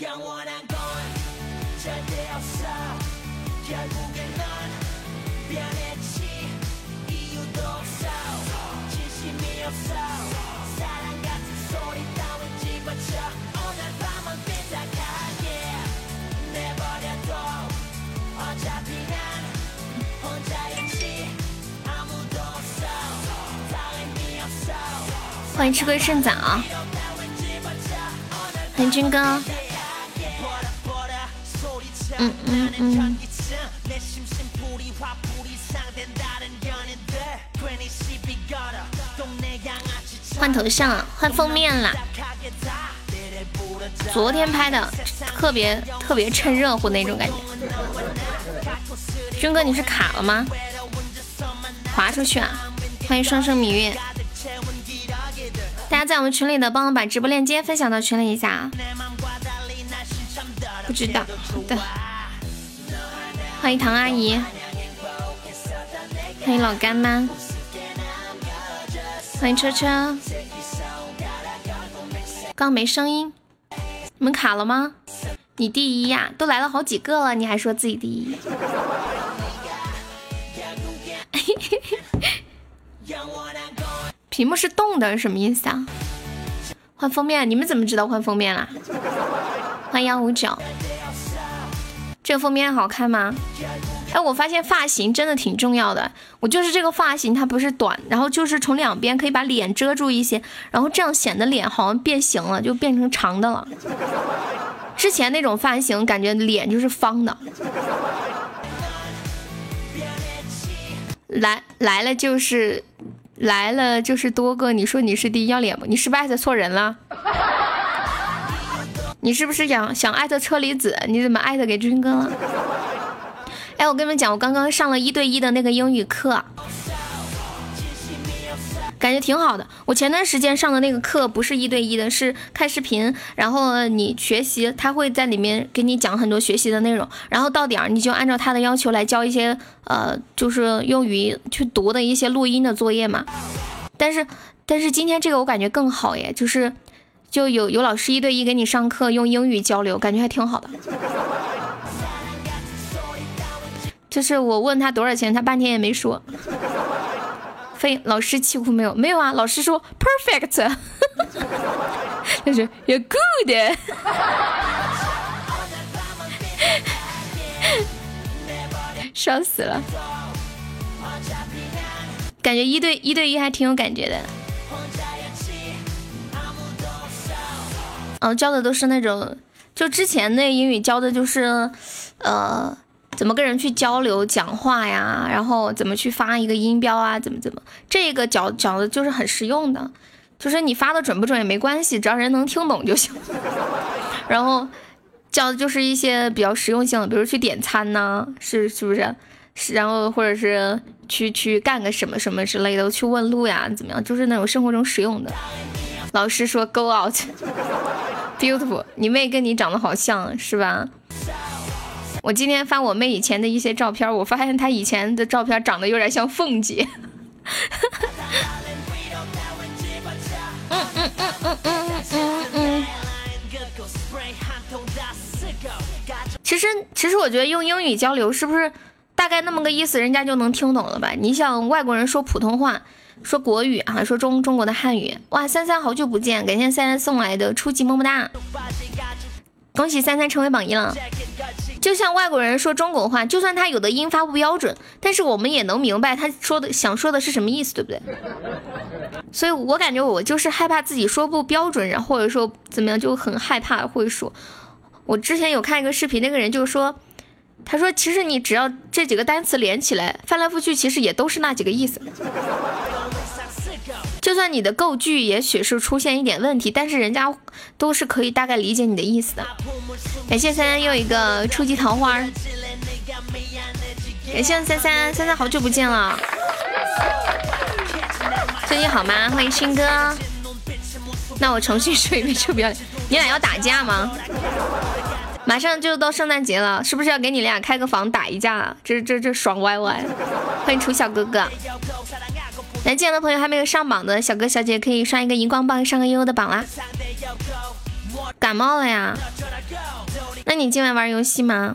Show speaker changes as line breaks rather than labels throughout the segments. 영원한 건 절대 없어 결국엔 넌 변했지 이유도 없어 진심이 없어 사랑 같은 소리 따윈 집어쳐 오늘 밤은 삐딱하게 내버려둬 어차피 난 혼자였지 아무도 없어 다른 미 없어
欢迎吃龟趁早，欢迎军哥。
보라 보라 소리쳐
음, 음,
나는
음.
전기층 내 심신 불이 화불이 상된 다른 연인들 괜히 시비 걸어 동네 양아치처럼
换头像了，换封面了。昨天拍的，特别特别趁热乎那种感觉。军哥，你是卡了吗？滑出去啊！欢迎双生明月，大家在我们群里的，帮我把直播链接分享到群里一下啊。嗯不知道，好的。欢迎唐阿姨，欢迎老干妈，欢迎车车。刚没声音，你们卡了吗？你第一呀、都来了好几个了，你还说自己第一？
영원한 건
屏幕是动的，什么意思啊？换封面，你们怎么知道换封面啦？欢迎幺五九，这个封面好看吗？哎，我发现发型真的挺重要的。我就是这个发型，它不是短，然后就是从两边可以把脸遮住一些，然后这样显得脸好像变形了，就变成长的了。之前那种发型，感觉脸就是方的。来来了就是来了就是多个，你说你是第一要脸吗？你是不是艾特错人了？ 你是不是想想艾特车厘子？你怎么艾特给军哥了？哎，我跟你们讲，我刚刚上了一对一的那个英语课，感觉挺好的。我前段时间上的那个课不是一对一的，是看视频，然后你学习，他会在里面给你讲很多学习的内容，然后到点儿你就按照他的要求来交一些呃，就是用于去读的一些录音的作业嘛。但是但是今天这个我感觉更好耶，就是就有有老师一对一给你上课，用英语交流，感觉还挺好的。就是我问他多少钱，他半天也没说。非老师气哭没有？没有啊，老师说 perfect，就是 you're good。笑死了，感觉一对一对一还挺有感觉的。嗯、教的都是那种，就之前那英语教的就是，呃，怎么跟人去交流、讲话呀，然后怎么去发一个音标啊，怎么怎么，这个讲讲的就是很实用的，就是你发的准不准也没关系，只要人能听懂就行。 然后教的就是一些比较实用性的，比如去点餐呐、是是不是？是然后或者是去去干个什么什么之类的，去问路呀，怎么样？就是那种生活中实用的。老师说 “Go out, beautiful”，你妹跟你长得好像是吧？我今天翻我妹以前的一些照片，我发现她以前的照片长得有点像凤姐。其实，其实我觉得用英语交流是不是大概那么个意思，人家就能听懂了吧？你想外国人说普通话，说国语啊，说中中国的汉语，哇，三三好久不见，感谢三三送来的初级么么哒，恭喜三三成为榜一了。就像外国人说中国话，就算他有的音发不标准，但是我们也能明白他说的想说的是什么意思，对不对？所以我感觉我就是害怕自己说不标准，然后或者说怎么样，就很害怕会说。我之前有看一个视频，那个人就说，他说其实你只要这几个单词连起来，翻来覆去，其实也都是那几个意思。 就算你的构句也许是出现一点问题，但是人家都是可以大概理解你的意思的。感谢三三又一个初级桃花儿，感谢三三三三，好久不见了，最近好吗？欢迎新哥，那我重新说一遍臭不要脸，你俩要打架吗？马上就到圣诞节了，是不是要给你俩开个房打一架啊？这这这爽歪歪！欢迎楚小哥哥。来，进来的朋友还没有上榜的小哥小姐，可以刷一个荧光棒，上个悠悠的榜啦！
상대 여고
感啊感冒了呀？那你今晚玩游戏吗？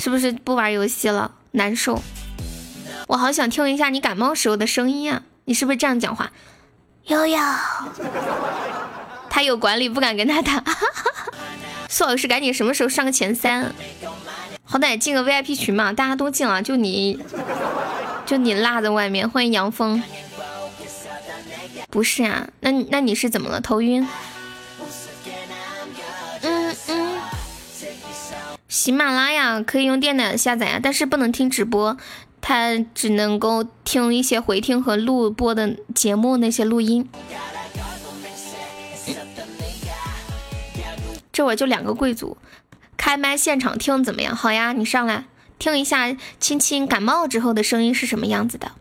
是不是不玩游戏了？难受。我好想听一下你感冒时候的声音啊！你是不是这样讲话？悠悠，他有管理，不敢跟他打。 苏老师，赶紧什么时候上个前三？好歹进个 VIP 群嘛，大家都进了，就你，就你落在外面。欢迎杨峰。不是啊，那那你是怎么了？头晕？嗯嗯。喜马拉雅可以用电脑下载呀、但是不能听直播，它只能够听一些回听和录播的节目那些录音。这会儿就两个贵族，开麦现场听怎么样？好呀，你上来听一下亲亲感冒之后的声音是什么样子的。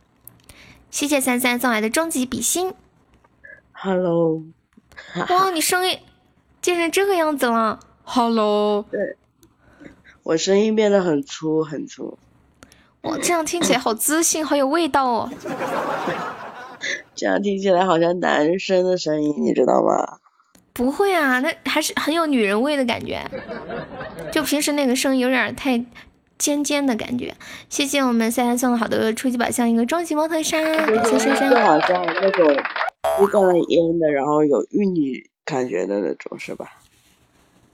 谢谢三三送来的终极比心。
Hello，
哇，你声音变成这个样子了。Hello，
我声音变得很粗很粗，
哇，这样听起来好自信，好有味道哦。
这样听起来好像男生的声音，你知道吗？
不会啊，那还是很有女人味的感觉。就平时那个声音有点太尖尖的感觉。谢谢我们三三送了好多初级宝箱，一个终极猫头鲨，感谢珊
就
珊。
好像那种吸干了烟的，然后有玉女感觉的那种，是吧？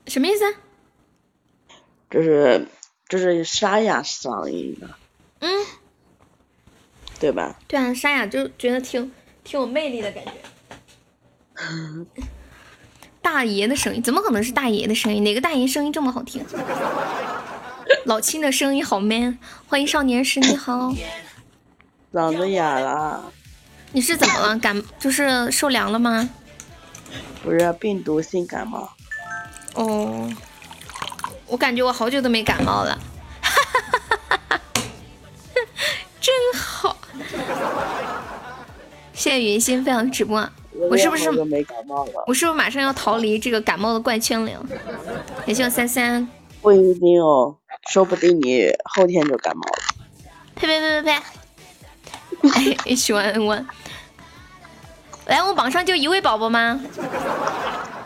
什么意思？啊
就是就是沙哑嗓音啊，
嗯，
对吧？
对啊，沙哑就觉得挺挺有魅力的感觉。大爷的声音，怎么可能是大爷的声音？哪个大爷声音这么好听？老亲的声音好 man！欢迎少年时，你好，
嗓子哑了，
你是怎么了？感就是受凉了吗？
不是病毒性感冒。
哦，我感觉我好久都没感冒了， 真好。谢谢云心分享直播，啊我是不是
也好久没感冒了？
我是不是马上要逃离这个感冒的怪圈里了？也谢我三三，
不一定哦，说不定你后天就感冒了。
呸呸呸呸呸！哎， 喜欢我，来，我榜上就一位宝宝吗？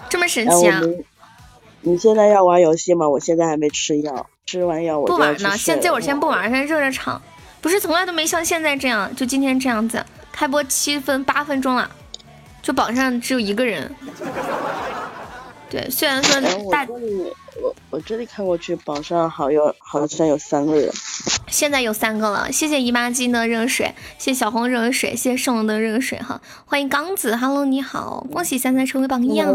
这么神
然后
奇
哎我
啊！
们，你现在要玩游戏吗？我现在还没吃药，吃完药我
不
就要
玩
去
呢，
睡
现在我
了
先不。玩，先热热场。不是从来都没像现在这样，就今天这样子，开播七分八分钟了，就榜上只有一个人。对，虽然说
然后我
大
这里，我我这里看过去，榜上好有好像有三个人。
现在有三个了，谢谢姨妈巾的热水，谢谢小红热水，谢谢圣龙的热水哈，欢迎刚子，Hello 你好，恭喜三三成为榜一啊！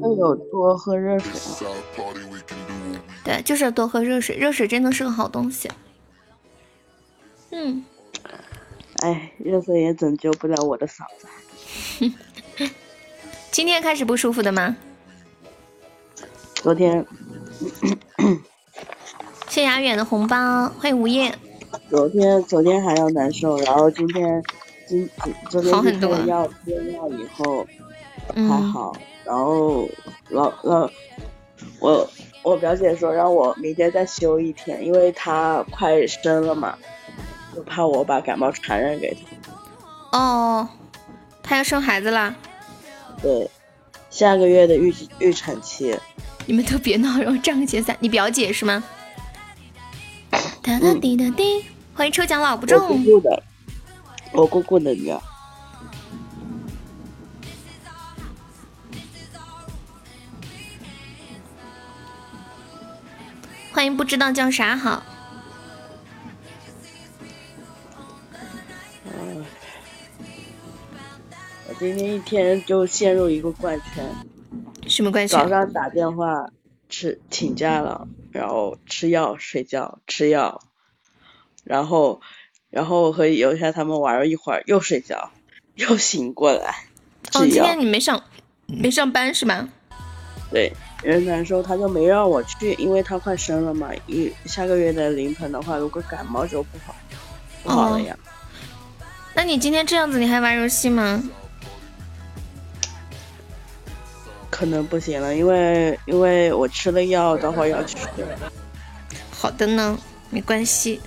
那有多喝热水啊，
对，就是要多喝热水，热水真的是个好东西。嗯，
哎，热水也拯救不了我的嗓子。
今天开始不舒服的吗？
昨天
谢谢雅远的红包，欢迎吴叶。
昨天昨天还要难受，然后今天今昨天
好很
去
多啊了
吃了药吃了药以后
嗯，
还好，然后老老我我表姐说让我明天再休一天，因为她快生了嘛，就怕我把感冒传染给她。
哦，他要生孩子啦！
对，下个月的预预产期，
你们都别闹，然后站个解散。你表姐是吗？哒哒滴哒滴，欢迎抽奖老不
我姑
中。
姑的，我姑姑的女儿，
欢迎不知道叫啥好。
嗯我今天一天就陷入一个怪圈，
什么关系？
早上打电话吃请假了，然后吃药睡觉吃药，然后然后和游侠他们玩了一会儿又睡觉，又醒过来
哦，
吃
今
药。
天你没上，没上班是吧？
对，人难受他就没让我去，因为他快生了嘛，一下个月的临盆的话，如果感冒就不好不好了呀。
那你今天这样子，你还玩游戏吗？
可能不行了，因为因为我吃了药，等会儿要去睡。
好的呢，没关系。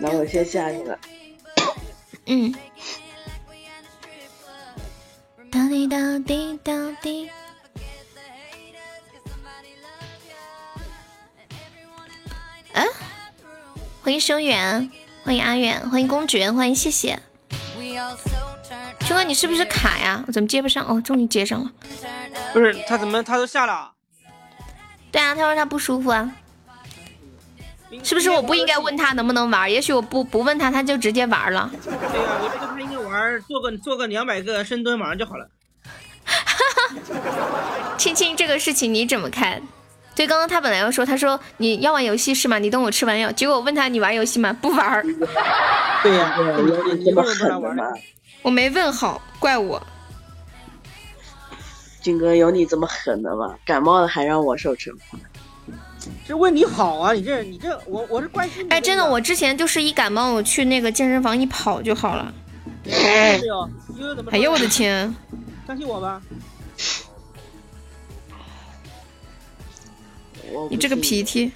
那我
嗯
先下去了。
嗯。哒哒滴哒滴哒滴。哎，欢迎生远，欢迎阿远，欢迎公爵，欢迎谢谢。秋哥，你是不是卡呀？我怎么接不上？哦，终于接上了。
不是他怎么他都下了？
对啊，他说他不舒服啊。是不是我不应该问他能不能玩？也许我不不问他，他就直接玩了。
对呀、我这个不是应该玩儿做个做个两百个深蹲，马上就好了。
青青，这个事情你怎么看？对，刚刚他本来要说，他说你要玩游戏是吗？你等我吃完药。结果我问他你玩游戏吗？不玩 儿，
对呀、
对，有你这么狠
玩
的吗？
我没问好，怪我。
军哥，有你这么狠的吗？感冒了还让我受惩罚？
是为你好啊！你这你这我我是关心你。
哎，真的，我之前就是一感冒，我去那个健身房一跑就好了。
对呀，悠悠怎么？
哎呦我的，天！
相信我吧。
我
你
不
这个
信
鼻涕，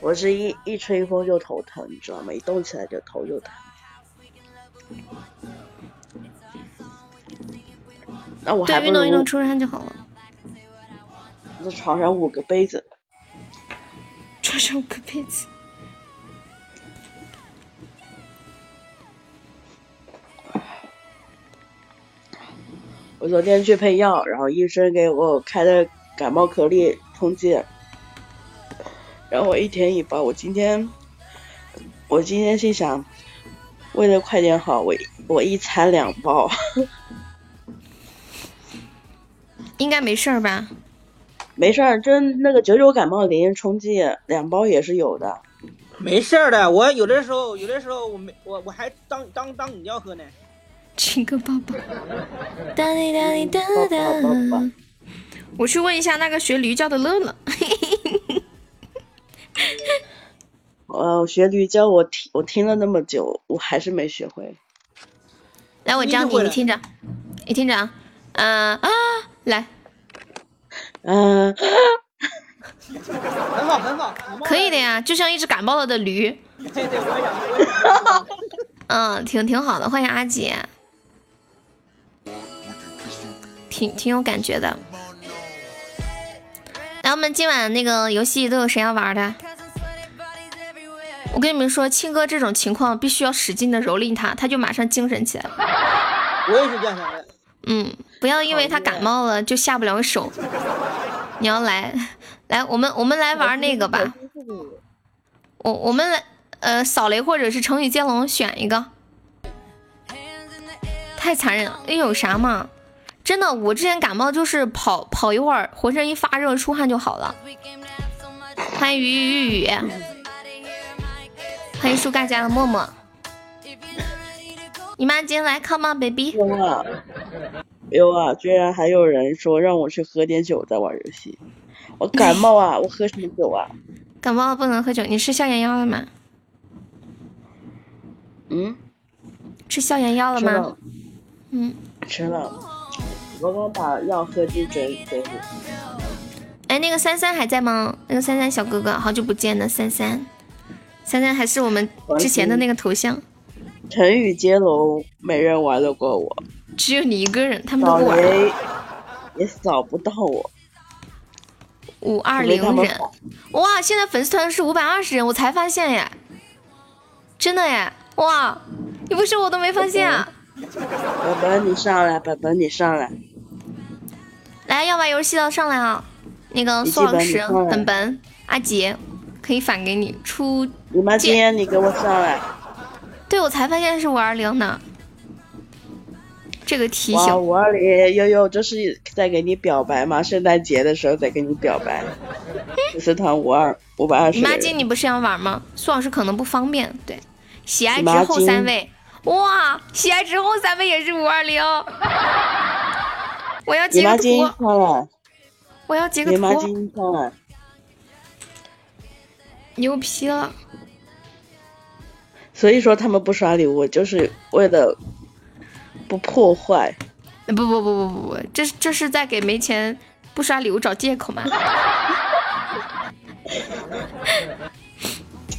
我是一一吹风就头疼，你知道吗？一动起来就头就疼。那我
对，
还不
运动运动
如
出汗就好了。
那床上捂个被子。
穿上个被子。
我昨天去配药，然后医生给我开的感冒颗粒通缉，然后我一天一包。我今天，我今天心想，为了快点好，我我一餐两包。
应该没事儿吧？
没事儿，真那个九九感冒灵冲剂两包也是有的。
没事儿的，我有的时候有的时候我没我我还当当当饮料喝呢。
亲个抱抱。哒滴哒滴哒
抱抱抱
哒。我去问一下那个学驴叫的乐乐。
呃，学驴叫我听，我听了那么久，我还是没学会。
来，我
你
教
就
你，
会
你
了
听着，你听着啊，嗯、啊，来，
嗯、
很好很好，感冒了
可以的。呀，就像一只感冒了的驴，
对对，我也想我也想。
嗯，挺挺好的，欢迎阿姐，挺挺有感觉的。来，我们今晚那个游戏都有谁要玩的？我跟你们说，青哥这种情况必须要使劲的蹂躏他，他就马上精神起来了。
我也是这样想的。
嗯，不要因为他感冒了就下不了手。你要来，来，我们我们来玩那个吧。我我们来呃扫雷或者是成语接龙选一个，太残忍了，那有啥嘛？真的，我之前感冒就是跑跑一会儿，浑身一发热，出汗就好了。欢迎雨雨雨雨，欢迎树干家的默默。姨妈巾来，come on baby，
有啊，有啊，居然还有人说让我去喝点酒再玩游戏。我感冒啊，我喝什么酒啊？
感冒了不能喝酒，你吃消炎药了吗？
嗯，
吃消炎药了
吃
吗
了？，
嗯，
吃了。我刚把药喝进嘴嘴里。
哎，那个三三还在吗？那个三三小哥哥，好久不见了，三三，三三还是我们之前的那个头像，
成语接龙没人玩得过我，
只有你一个人，他们都
扫
不玩。
雷也扫不到我。
五二
除非
零
他们
人，哇，现在粉丝团是五百二十人，我才发现耶，真的耶，哇，你不说我都没发现
嗯
啊。
本本你上来，本本你上来。
来，要玩游戏的上来啊！那个
笔
苏
记
老
本
师
你上、来
本本、阿杰，可以返给你出。
你妈今
见
天你给我上来。
对，我才发现是五二零呢。这个提
哇，
醒，
五二零悠悠，这是在给你表白吗？圣诞节的时候在给你表白。粉丝团五二五百二
姨
十。
妈巾你不是要玩吗？苏老师可能不方便。对，喜爱
姨
之
妈
后
巾
三位，哇，喜爱之后三位也是五二零。我要
姨
截
妈
个
巾
图，
上来，
我要截个
姨妈
图，
巾上来，
牛批了！
所以说他们不刷礼物就是为了不破坏。
不不不不不不，这是这是在给没钱不刷礼物找借 口吗？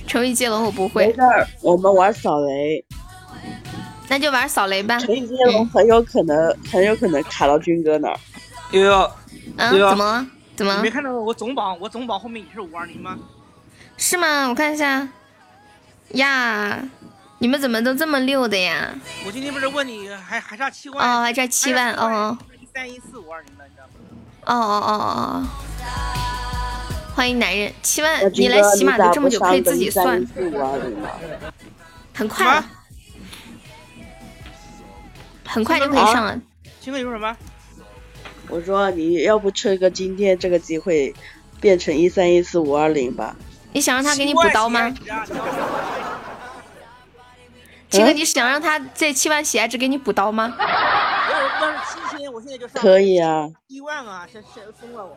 成语接龙我不
没
会，
事儿，我们玩扫雷，
那就玩扫雷吧。
陈宇接龙很有可能很有可能卡到军哥那儿。
悠悠，
嗯，
对啊
怎么了？怎么
你
了
没？看到我总榜，我总榜后面也是五二零吗？
是吗？我看一下。呀，你们怎么都这么溜的呀？
我今天不是问你还还差七万？
哦，还差七万。哦
一三一四五二零了，你知道吗？
哦哦哦哦哦。欢迎男人，七万
那，
你
军哥
来喜马
你
都
咋
这么
不
久，可以
上个
自己
一三
算
一，四五二零呢？
很快啊了
什，
很快就可以上了。
秦啊哥有什么？
我说你要不趁个今天这个机会，变成一三一四五二零吧。
你想让他给你
七
补
万
刀吗
喜？爱值啊你要是
这个
嗯
你想让他这七万喜爱值给你补刀吗？
要是要是啊七千，我现在就上
可以啊，
一万啊！现现疯了我！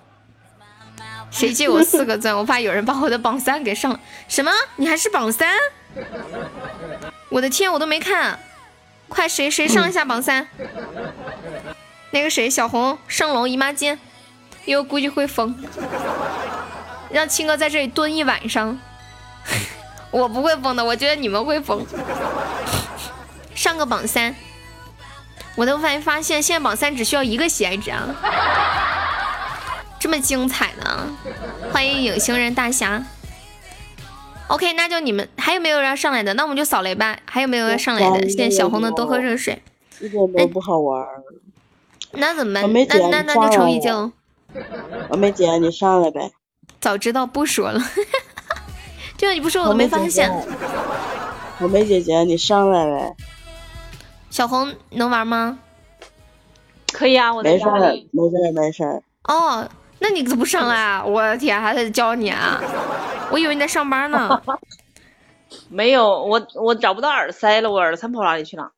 谁借我四个钻？我怕有人把我的榜三给上了。什么？你还是榜三？我的天，我都没看。快，谁谁上一下榜三？那个谁，小红、圣龙、姨妈巾，因为估计会疯， 让青哥在这里蹲一晚上。 我不会疯的，我觉得你们会疯。 上个榜三，我都发发现现在榜三只需要一个喜爱值啊，这么精彩呢！欢迎隐形人大侠。OK，那就你们还有没有要上来的？那我们就扫雷吧。还有没有要上来
我
的
扫？雷
现在小红的
了
多喝热水。
一点都不好玩儿。
那怎么
我
办？
没
那
点
那那
赞
就成
哦
已经
我妹姐，你上来呗。
早知道不说了，这你不说我
我
都没
妹姐
发
姐
现。。
我妹姐姐，你上来呗。
小红能玩吗？
可以啊，我在
没事
家
儿，
里。
没事儿，没事儿。
哦，那你怎么不上来啊？我的天，还得教你啊！我以为你在上班 呢。
没有，我我找不到耳塞了，我耳塞跑哪里去了？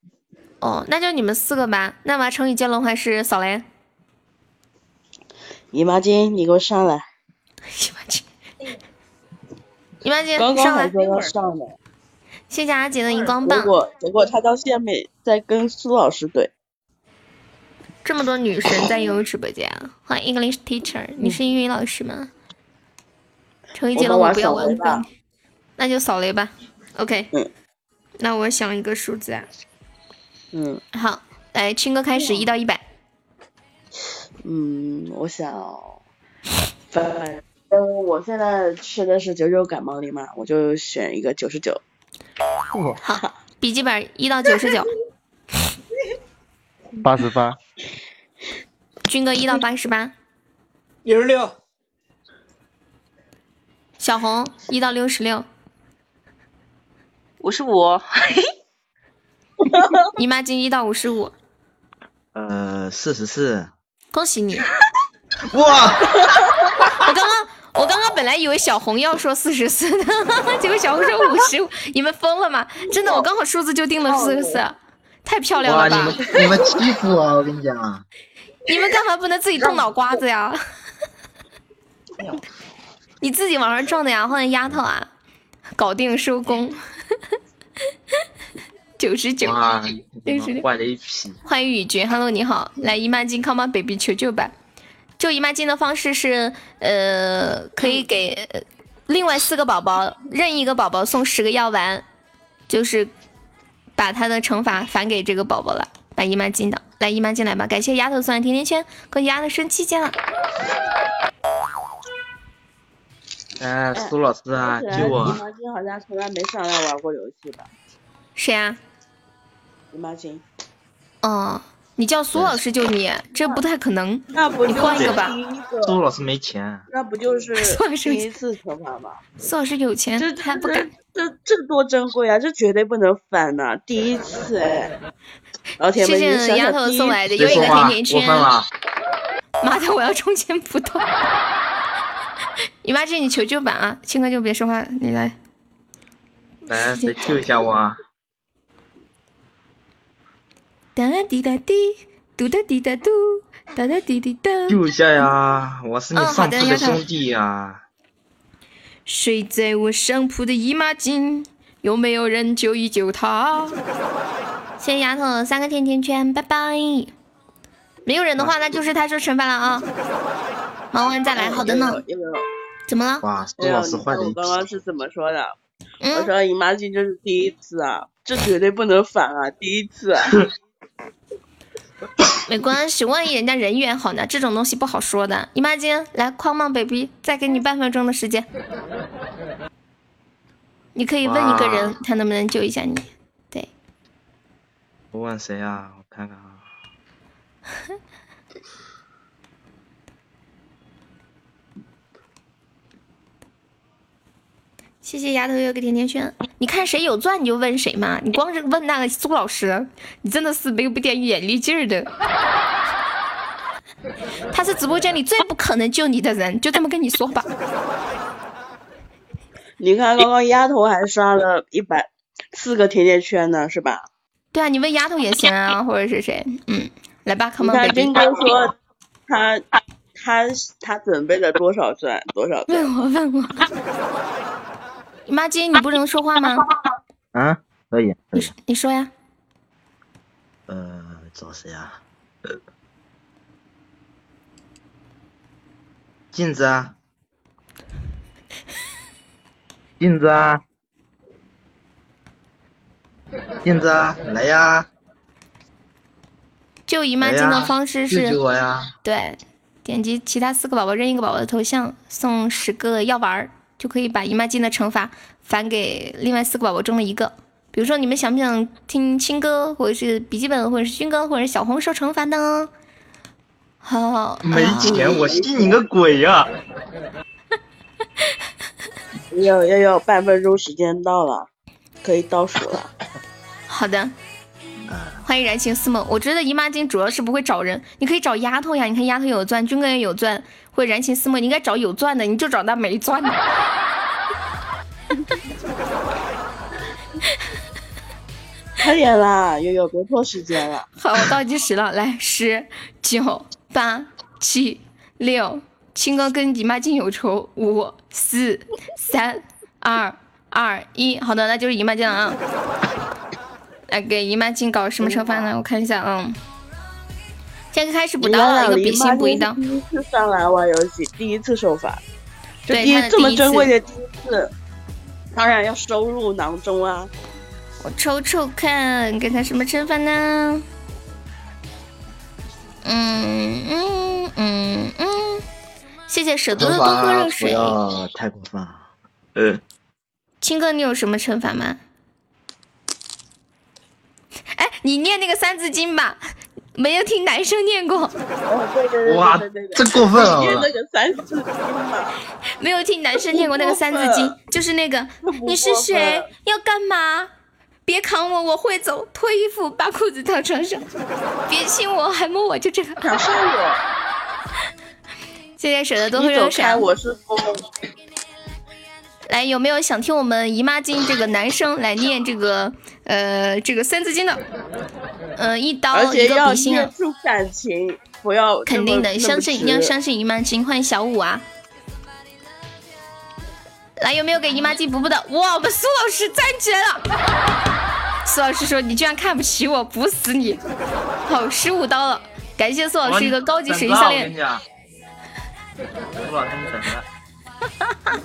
哦，那就你们四个吧。那玩成语接龙还是扫雷？
姨妈巾，你给我上来。
姨妈巾，姨妈
刚
巾
刚
上
还
来！
说要上来，
谢谢阿杰的荧光
结
棒，
果结果她到下面在跟苏老师怼。
这么多女神在悠悠直播间啊，欢迎 English
嗯
teacher，你是英语老师吗？成语接龙我
我们玩
不要
扫
玩
雷吧
梗，那就扫雷吧。OK，、
嗯
那我想一个数字啊。
嗯
好，来，青哥开始，一到一百。
嗯，我想，反正我现在吃的是九九感冒灵嘛，我就选一个九十九。
好，笔记本一到九十九，
八十八，
军哥一到八十八，
六十六，
小红一到六十六，
五十哦五，
姨妈巾一到五十五。
呃，四十四，
恭喜你！
哇，
我刚刚我刚刚本来以为小红要说四十四的，结果小红说五十五，你们疯了吗？真的，我刚好数字就定了四十四，
哦
太漂亮
哇，
了
你
吧！
们你们欺负我，我跟你 讲，啊
你们干嘛不能自己动脑瓜子呀？你自己往上撞的呀，换迎丫头啊，搞定收工，九十九。
哇，你们坏了一批，
欢迎雨君，Hello，你好，来姨妈巾，Come on baby，求救吧。救姨妈巾的方式是，呃，可以给呃另外四个宝宝任意一个宝宝送十个药丸，就是把他的惩罚返给这个宝宝了，把姨妈巾的，来姨妈巾来吧，感谢丫头送的甜甜圈，恭喜丫头升七级了，
哎，苏老师啊，
嗯
而且
救
姨
我！
妈巾好像从来没上来玩过游戏吧？
谁啊？
姨妈巾，
哦，你叫苏老师救你，这不太可能，
那不
你
就是
换一个吧
第一
苏
个，
老师没钱，
那不就是
算是
第一次惩罚吗？
苏老师有钱
这
他
这
不敢
这，这这多珍贵啊！这绝对不能反呐、第一次哎。老铁
谢
们，你们
谢
想
丫
想
头
第一
送来的，
别
有一个
说
甜
话，过
甜圈。
分了，啊
妈的，我要充钱不到。姨妈， 这你求救吧啊！青哥就别说话，你来。
来，谁救一下我啊？
哒滴哒滴，嘟哒滴哒嘟，哒哒滴滴哒。
救一下呀！我是你
嗯好
上
的
铺
丫
的
头
兄弟呀！
睡在我上铺的姨妈巾，有没有人救一救她？谢谢丫头的三个甜甜圈，拜拜。没有人的话，那就是他受惩罚了啊。忙完再来，好的呢。
有没有？
怎么了？
哇，苏
没有
老师
哎你
坏了
看我
一
刚刚
批，
是怎么说的？我
嗯，
说姨妈巾这是第一次啊，这绝对不能反啊，第一次 啊。
没关系，万一人家人缘好呢，这种东西不好说的。姨妈巾，来框框 baby，再给你半分钟的时间，你可以问一个人，他能不能救一下你。对，
我问谁啊？我看看啊。
谢谢丫头又给甜甜圈。你看谁有钻你就问谁嘛，你光是问那个苏老师，你真的是没有不点眼力劲儿的。 他是直播间里最不可能救你的人，就这么跟你说吧。
你看刚刚丫头还刷了一百四个甜甜圈呢，是吧？
对啊，你问丫头也行啊，或者是谁，嗯，来吧
你
，come on
看
baby
真。哥说他他他准备了多少钻多少钻，
问我 问我， 姨妈巾，你不能说话吗？
啊，可以。可
你
以
说你说呀，
呃，找谁啊？镜子啊，镜子啊，
嗯
镜子啊，来呀，
救姨妈巾的方式
救
是
救我呀！
对，点击其他四个宝宝任意一个宝宝的头像，送十个药丸儿，就可以把姨妈巾的惩罚返给另外四个宝宝中的一个。比如说，你们想不想听亲哥，或者是笔记本，或者是军哥，或者是小红受惩罚呢？好好，啊
没钱，我信你个鬼呀、
要要要哎半分钟时间到了，可以倒数了。
好
嗯
的，欢迎燃情似梦。我觉得姨妈巾主要是不会找人，你可以找丫头呀。你看丫头有钻，军哥也有钻，或者燃情似梦，你应该找有钻的，你就找那没钻的。
快点啦，悠悠，别拖时间了。
好，我倒计时了，来，十、九、八、七、六，青哥跟姨妈巾有仇，五、四、三、二、二、一，好的，那就是姨妈巾了啊。来给姨妈巾搞什
嗯
么惩罚呢？我看一下啊，现在开始补刀了，一个比心补一刀
你。妈第一次上来玩游戏，第一次受罚，就
对
第
他的
这么
第一
珍
次
贵的第一次，当然要收入囊中啊。
我瞅瞅看，给他什么惩罚呢？嗯嗯嗯嗯，谢谢舍得的多喝热
不
水。
要太过分啊。呃，
青哥，你有什么惩罚吗？哎，你念那个《三字经》吧，没有听男生念过，
哦，对对对
哇
对对，对
这过分
对，因
了
为那！个三字经嘛，
没有听男生念过那个《三字经》，就是那个你是谁，要干嘛，别扛我，我会走，脱衣服，把裤子套床上，别亲我，还摸我，就这个。
想 上我，
谢谢舍 得多喝
你
热
走
水。
开，我是风。
来，有没有想听我们姨妈巾这个男生来念这个呃这个《三字经》的？呃，一
而
刀一
且
个
要
比心
接
啊！
触感情，不要
肯定的，
那么
相信要。相信姨妈巾。欢迎小五啊！来，有没有给姨妈巾补补的？哇，我们苏老师站起来了！ 苏老师说：“你居然看不起我，补死你！”好，十五刀了，感谢苏老哦师一个高级水晶项
我跟
链
你。讲，吴老师你等着，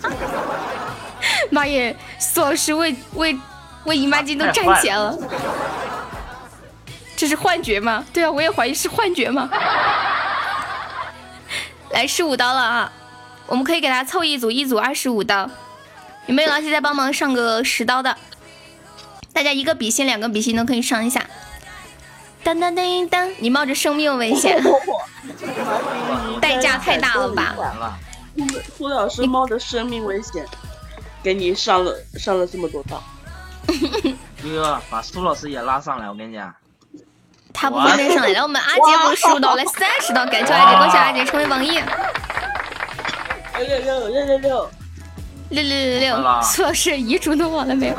妈耶，苏老师为为为姨妈巾都站起来了，这是幻觉吗？对啊，我也怀疑是幻觉吗？ 来十五刀了啊，我们可以给他凑一组，一组二十五刀，有没有老铁在帮忙上个十刀的？大家一个比心，两个比心都可以上一下。当当当当，你冒着生命危 险，代价太大了吧？
完了，
苏苏老师冒着生命危险，给你上了上了这么多道。
悠悠哎把苏老师也拉上来，我跟你讲，
他不会弄上来。然后我们阿杰不是十五刀，来三十刀，感谢阿杰，恭喜阿杰成为榜一，
六六六六六六，
六六六
好
六。
了
苏老师遗嘱弄完了没有？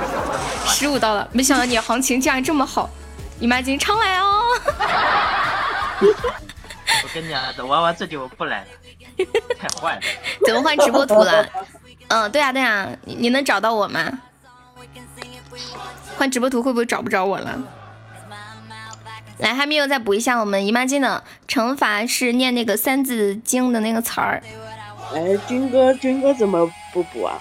十五刀了，没想到你的行情竟然这么好，姨妈巾常来哦。
我跟你讲，等玩完这局我不来了，太坏了。
怎么换直播图了？嗯，对啊对啊，你你能找到我吗？换直播图会不会找不着我了？来，还没有再补一下我们姨妈巾的惩罚是念那个《三字经》的那个词儿，
哎，军哥军哥怎么不补啊？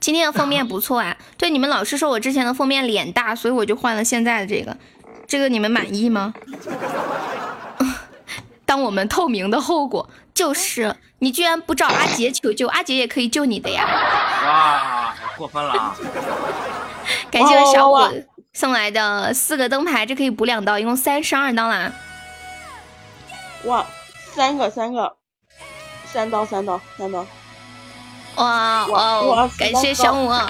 今天的封面不错啊。对，你们老师说我之前的封面脸大，所以我就换了现在的这个，这个你们满意吗？ 当我们透明的后果就是，你居然不找阿杰求救，阿杰也可以救你的呀。
哇，过分了啊！
感谢小
哇哇哇
伙送来的四个灯牌，这可以补两刀，一共三十二刀啦。
哇，三个三个，三刀三刀三刀，
哇哦
哇！
感谢小五。
哇，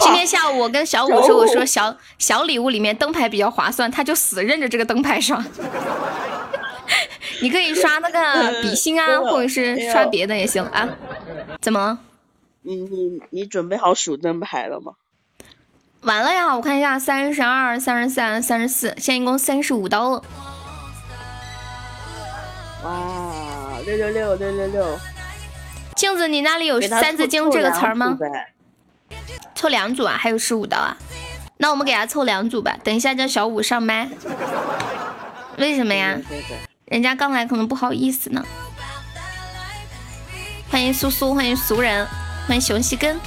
今天下午我跟小五
小
说，我
五
说小小礼物里面灯牌比较划算，他就死认着这个灯牌上。你可以刷那个比心 啊，
真的
或者是刷别的也行啊。怎么了？
你你你准备好数灯牌了吗？
完了呀，我看一下，三十二、三十三、三十四，现在一共三十五刀了。
哇，六六六六六六，
镜子，你那里有
给他
三字
凑
经这个词儿吗
凑两组？呗
凑两组啊，还有十五刀啊。那我们给他凑两组吧，等一下叫小五上麦。为什么呀？
对对对
人家刚来可能不好意思呢。欢迎苏苏，欢迎俗人，欢迎熊西根。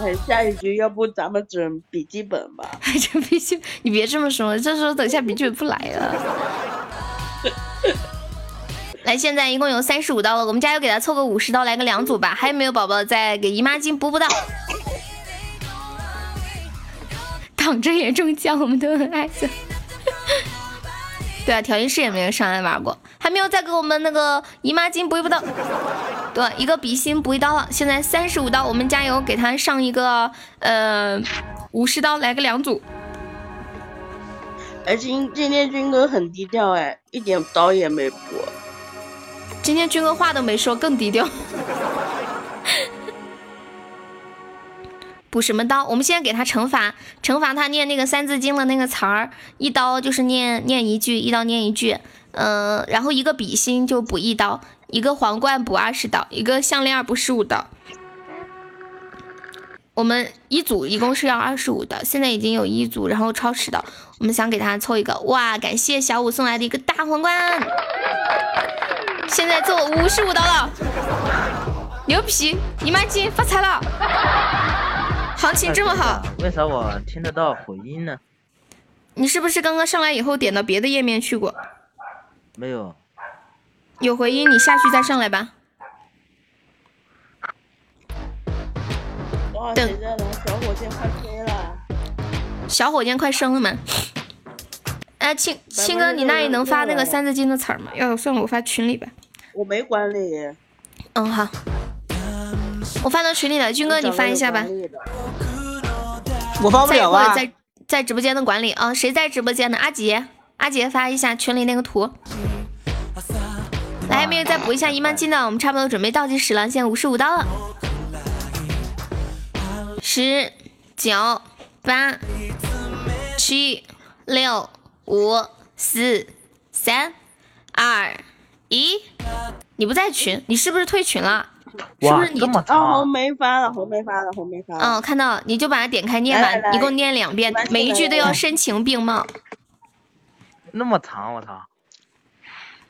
哎，下一局要不咱们整笔记本 吧？
这必须，你别这么说，这时候等一下笔记本不来了。来，现在一共有三十五刀了，我们加油给他凑个五十刀，来个两组吧。还有没有宝宝再给姨妈巾补补刀？躺着也中枪，我们都很爱笑。对啊，调音师也没有上来玩过，还没有再给我们那个姨妈巾补一补刀。对，一个比心补一刀了，现在三十五刀，我们加油给他上一个呃五十刀，来个两组。
哎，今今天军哥很低调哎，一点刀也没补。
今天军哥话都没说，更低调。补什么刀？我们现在给他惩罚，惩罚他念那个《三字经》的那个词儿，一刀就是念念一句，一刀念一句。嗯、然后一个比心就补一刀，一个皇冠补二十刀，一个项链补十五刀。我们一组一共是要二十五的，现在已经有一组，然后超时的，我们想给他凑一个。哇，感谢小五送来的一个大皇冠。现在做五十五刀了，牛皮！姨妈巾发财了，行情这么好，，
哎为啥我听得到回音呢？
你是不是刚刚上来以后点到别的页面去过？
没有，
有回音，你下去再上来吧。
哇，
对
谁在来？小火箭快飞了！
小火箭快升了吗？哎，青青哥，你那里能发那个《三字经》的词儿吗？要有算了，我发群里吧。
我没管理，
嗯，好，我发到群里了。军哥，你发一下吧。
我发不
在
了
或者
啊。
在在直播间的管理啊，谁在直播间呢？阿杰，阿杰发一下群里那个图。来，还没有再补一下姨妈巾的，我们差不多准备倒计时了，现在五十五刀了。十九八七六五四三二一，你不在群，你是不是退群了？是不
哇，
是你
这么
啊，
长
红，梅发了，红梅发了，红梅发了。
嗯，看到了，你就把它点开念
来
吧，
来
一共念两遍
来，来
每一句都要
来
深情并茂。
那么长，啊我操！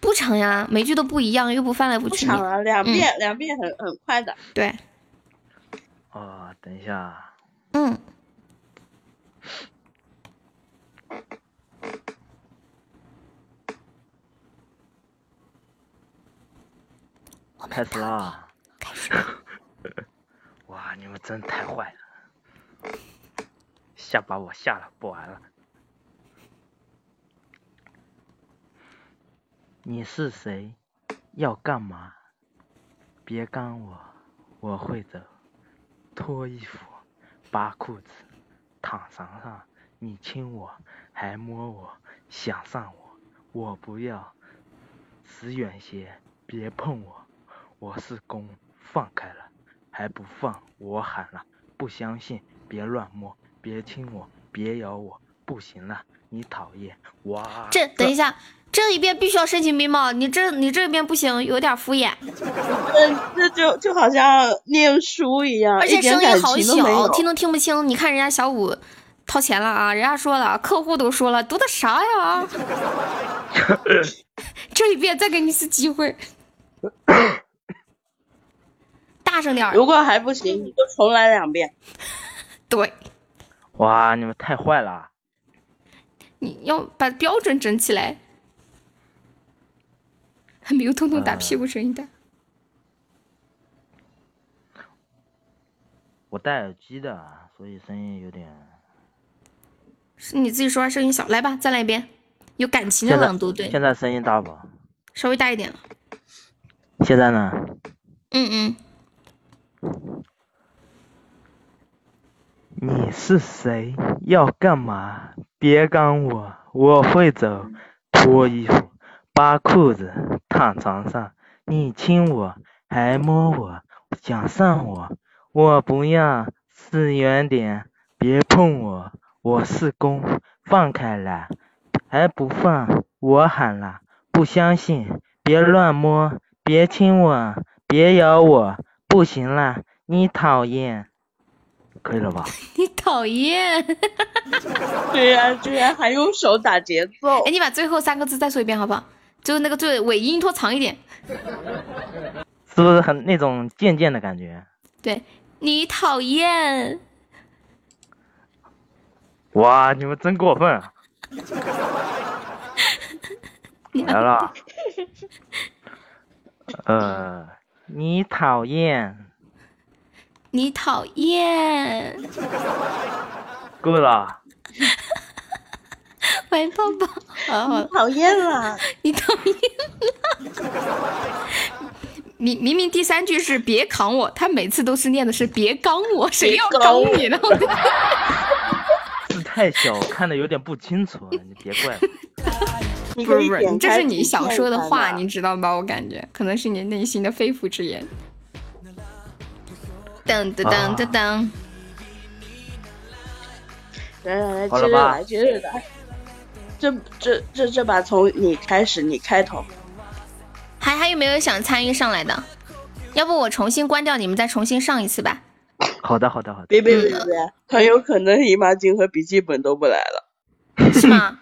不长呀，每句都不一样，又不翻来覆
不
去嗯
长
的。
了，两遍，两遍很很快的。
对，
哦，等一下，
嗯，
开始啦！ 哇，你们真太坏了，下把我吓了，不玩了。你是谁？要干嘛？别干我，我会走。脱衣服，扒裤子，躺床上，你亲我，还摸我，想上我，我不要。死远些，别碰我。我是公，放开了，还不放，我喊了，不相信，别乱摸，别亲我，别咬我，不行了，你讨厌，哇，
这等一下，这一遍必须要深情并茂，你这你这一遍不行，有点敷衍，
嗯，这就就好像念书一样，
而
一
且
点
声
感
音好
情都没有
小，听都听不清。你看人家小五掏钱了啊，人家说了，客户都说了，读的啥呀？ 这一遍再给你一次机会。大大声点儿。
如果还不行，你就重来两遍。
对，
哇，你们太坏了！啊
你要把标准整起来。还没有通通打屁股声音大。
我戴耳机的，啊所以声音有点。
是你自己说话声音小，来吧，再来一遍，有感情的
现在
朗读，对，
现在声音大吧？
稍微大一点了。
现在呢？
嗯嗯，
你是谁？要干嘛？别赶我，我会走。脱衣服，扒裤子，躺床上。你亲我，还摸我，想上我，我不要。是远点，别碰我，我是公，放开来，还不放，我喊了，不相信，别乱摸，别亲我，别咬我，不行啦，你讨厌。可以了吧？
你讨厌。
对呀、居然还用手打节奏
哎，，你把最后三个字再说一遍好不好？就是那个最尾音拖长一点。
是不是很那种贱贱的感觉？
对你讨厌，
哇，你们真过分啊！ 来了，呃，你讨厌，
你讨厌，
够了，
欢迎抱抱。好好，
啊讨厌啊啦！
你讨厌了。明明明第三句是别扛我，他每次都是念的是别刚我，谁要刚你呢？
字太小，看的有点不清楚，你别怪我。
你
不
可
是
以
不
点
是，这
开
是你
图
想
片
说的
看
话，你知道吧？我感觉可能是你内心的肺腑之言。噔噔噔噔噔，
来来来，
好
接
了
着
吧
来，接着来。这这这这把从你开始，你开头。
还还有没有想参与上来的？要不我重新关掉，你们再重新上一次吧。
好的，好的，好的。
别别别别
嗯
别，很有可能姨妈巾和笔记本都不来了。
是吗？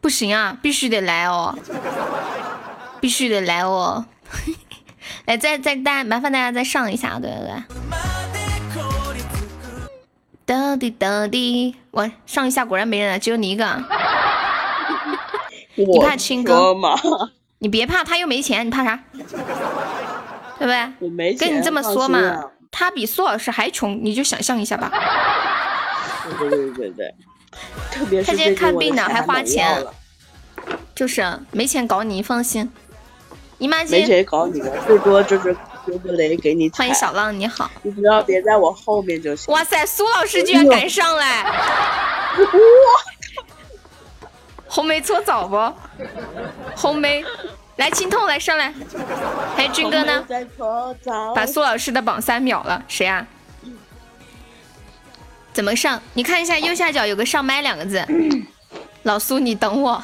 不行啊，必须得来哦，必须得来哦。 来，再再大家麻烦大家再上一下，对对对。哒滴哒滴，我上一下果然没人了，只有你一个 啊。
我
看青哥
说嘛，
你别怕，他又没钱，你怕啥？对不对？
我没钱。
跟你这么说
放心
嘛
啊，
他比苏老师还穷，你就想象一下吧。
对对对对对，特别是
他今
最
天
近
看
我的
病呢
钱
还花
买药
钱
了
就是没钱搞你，你放心。姨妈
没
巾，
谁搞你的，最多就是就不得给你
欢迎
踩
小浪，你好。
你只要别在我后面就行。
哇塞，苏老师居然敢上来！红梅搓澡不？红梅，来青痛来上来，还有哎军哥呢？
在搓澡
把苏老师的榜三秒了，谁啊？怎么上？你看一下右下角有个上麦两个字，老苏，你等我，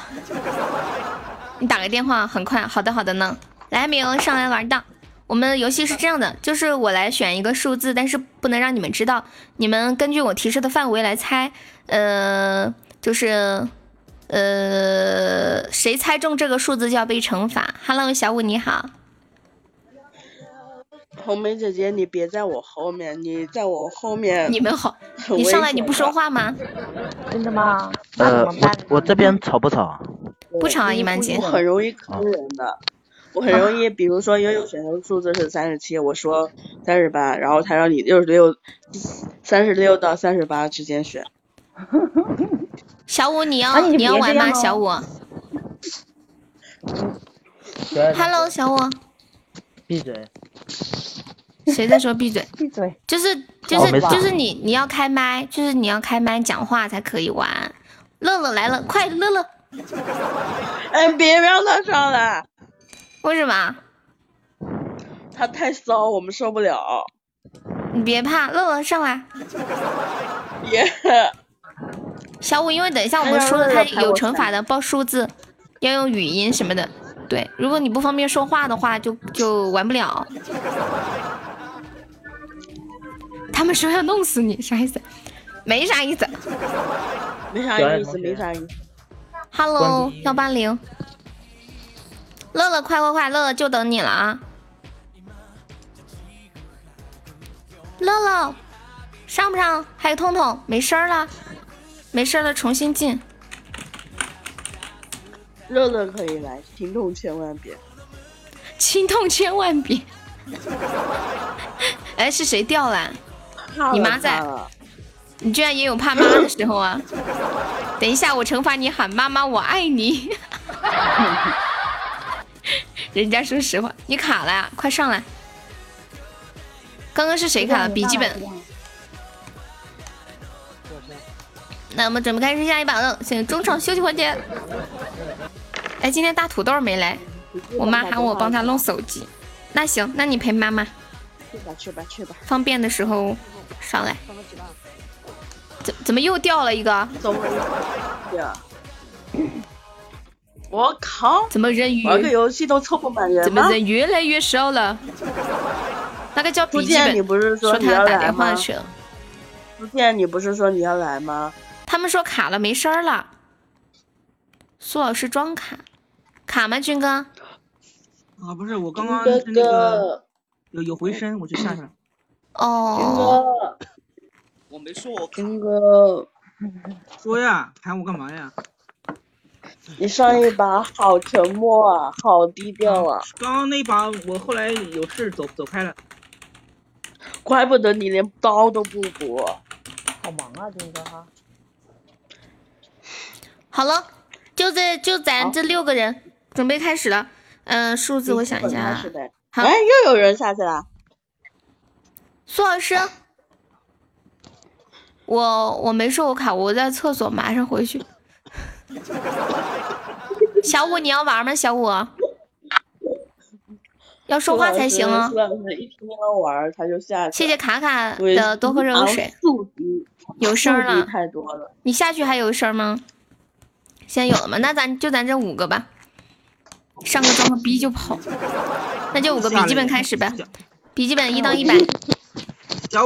你打个电话，很快。好的，好的呢。来，米欧上来玩的。我们的游戏是这样的，就是我来选一个数字，但是不能让你们知道，你们根据我提示的范围来猜。呃，就是呃，谁猜中这个数字就要被惩罚。Hello，小五你好。
红梅姐姐，你别在我后面，你在我后面，
你们好，
很
你
危
上来你
险
不说
的
话吗？
真的吗？
呃，我我这边吵不吵？
不吵啊，一般姐
我。很容易坑人的。我很容易，比如说悠悠选的数字是三十七，我说三十八，然后他让你六十六、三十六到三十八之间选。
小五，你要、
啊你就
你要
别
玩
这样
吗？
哦
小五，Hello，小五，
闭嘴！
谁在说闭 嘴？
闭嘴！
就是就
哦
是
没事
就是你你要开麦，就是你要开麦讲话才可以玩。乐乐来了，快乐乐，
哎，别让他上来，
为什么？啊
他太骚，我们受不了。
你别怕，乐乐上来。
别，
小五，因为等一下我们说的
哎呀
他
乐乐
有惩罚的，报数字，要用语音什么的。对，如果你不方便说话的话，就就玩不了。他们说要弄死你，啥意思？没啥意思。
没
表
啥
演
意
同
思，
学
没啥意思。
Hello，
关闭
幺八零，乐乐快快快，乐乐就等你了啊！乐乐上不上？还有痛痛没声儿了，没声儿了，重新进。
乐乐可以来，听众千万别。
心痛千万别。 哎，是谁掉了？
怕
你
了
妈在
怕了
你居然也有怕妈的时候啊！ 等一下，我惩罚你喊妈妈，我爱你。 人家说实话，你卡了、呀，快上来！刚刚是谁卡了？笔记本。那我们准备开始下一把了，进入中场休息环节。哎，今天大土豆没来，我妈喊我帮她弄手机。那行，那你陪妈妈，
去吧去吧去吧，
方便的时候上来。怎怎么又掉了一个？
走吧。对啊。 我靠！
怎么人鱼？
玩个游戏都凑不满人
怎
吗
么？人越来越少了？那个叫
朱
笔记
健，你
本
不是
说
你
他
要
打
来
电话
吗？
去了，
朱健，你不是说你要来吗？
他们说卡了没声儿了。苏老师装卡，卡吗？军哥，
啊，不是，我刚刚
哥
是那个有有回声，我就下去了。
哦，
我没说，我
军哥，
说呀，喊我干嘛呀？
你上一把好沉默啊，好低调啊，
刚刚那把我后来有事走走开了。
怪不得你连刀都不补。
好忙啊，军哥哈。
好了，就这就咱这六个人，准备开始了。嗯、数字我想一下啊
是。的。
好
哎，又有人下去了。
苏老师，我我没说我卡，我在厕所，马上回去。小五，你要玩吗？小五，要说话才行啊
苏！老师一听他玩，他就下去
谢
了。
谢卡卡
我也
的多喝热水，
素敌
有声儿
素
了
敌。太多了。
你下去还有声儿吗？现在有了吗？那咱就咱这五个吧，上个装个逼就跑，那就五个笔记本开始呗，笔记本一到一
嗯
百，
小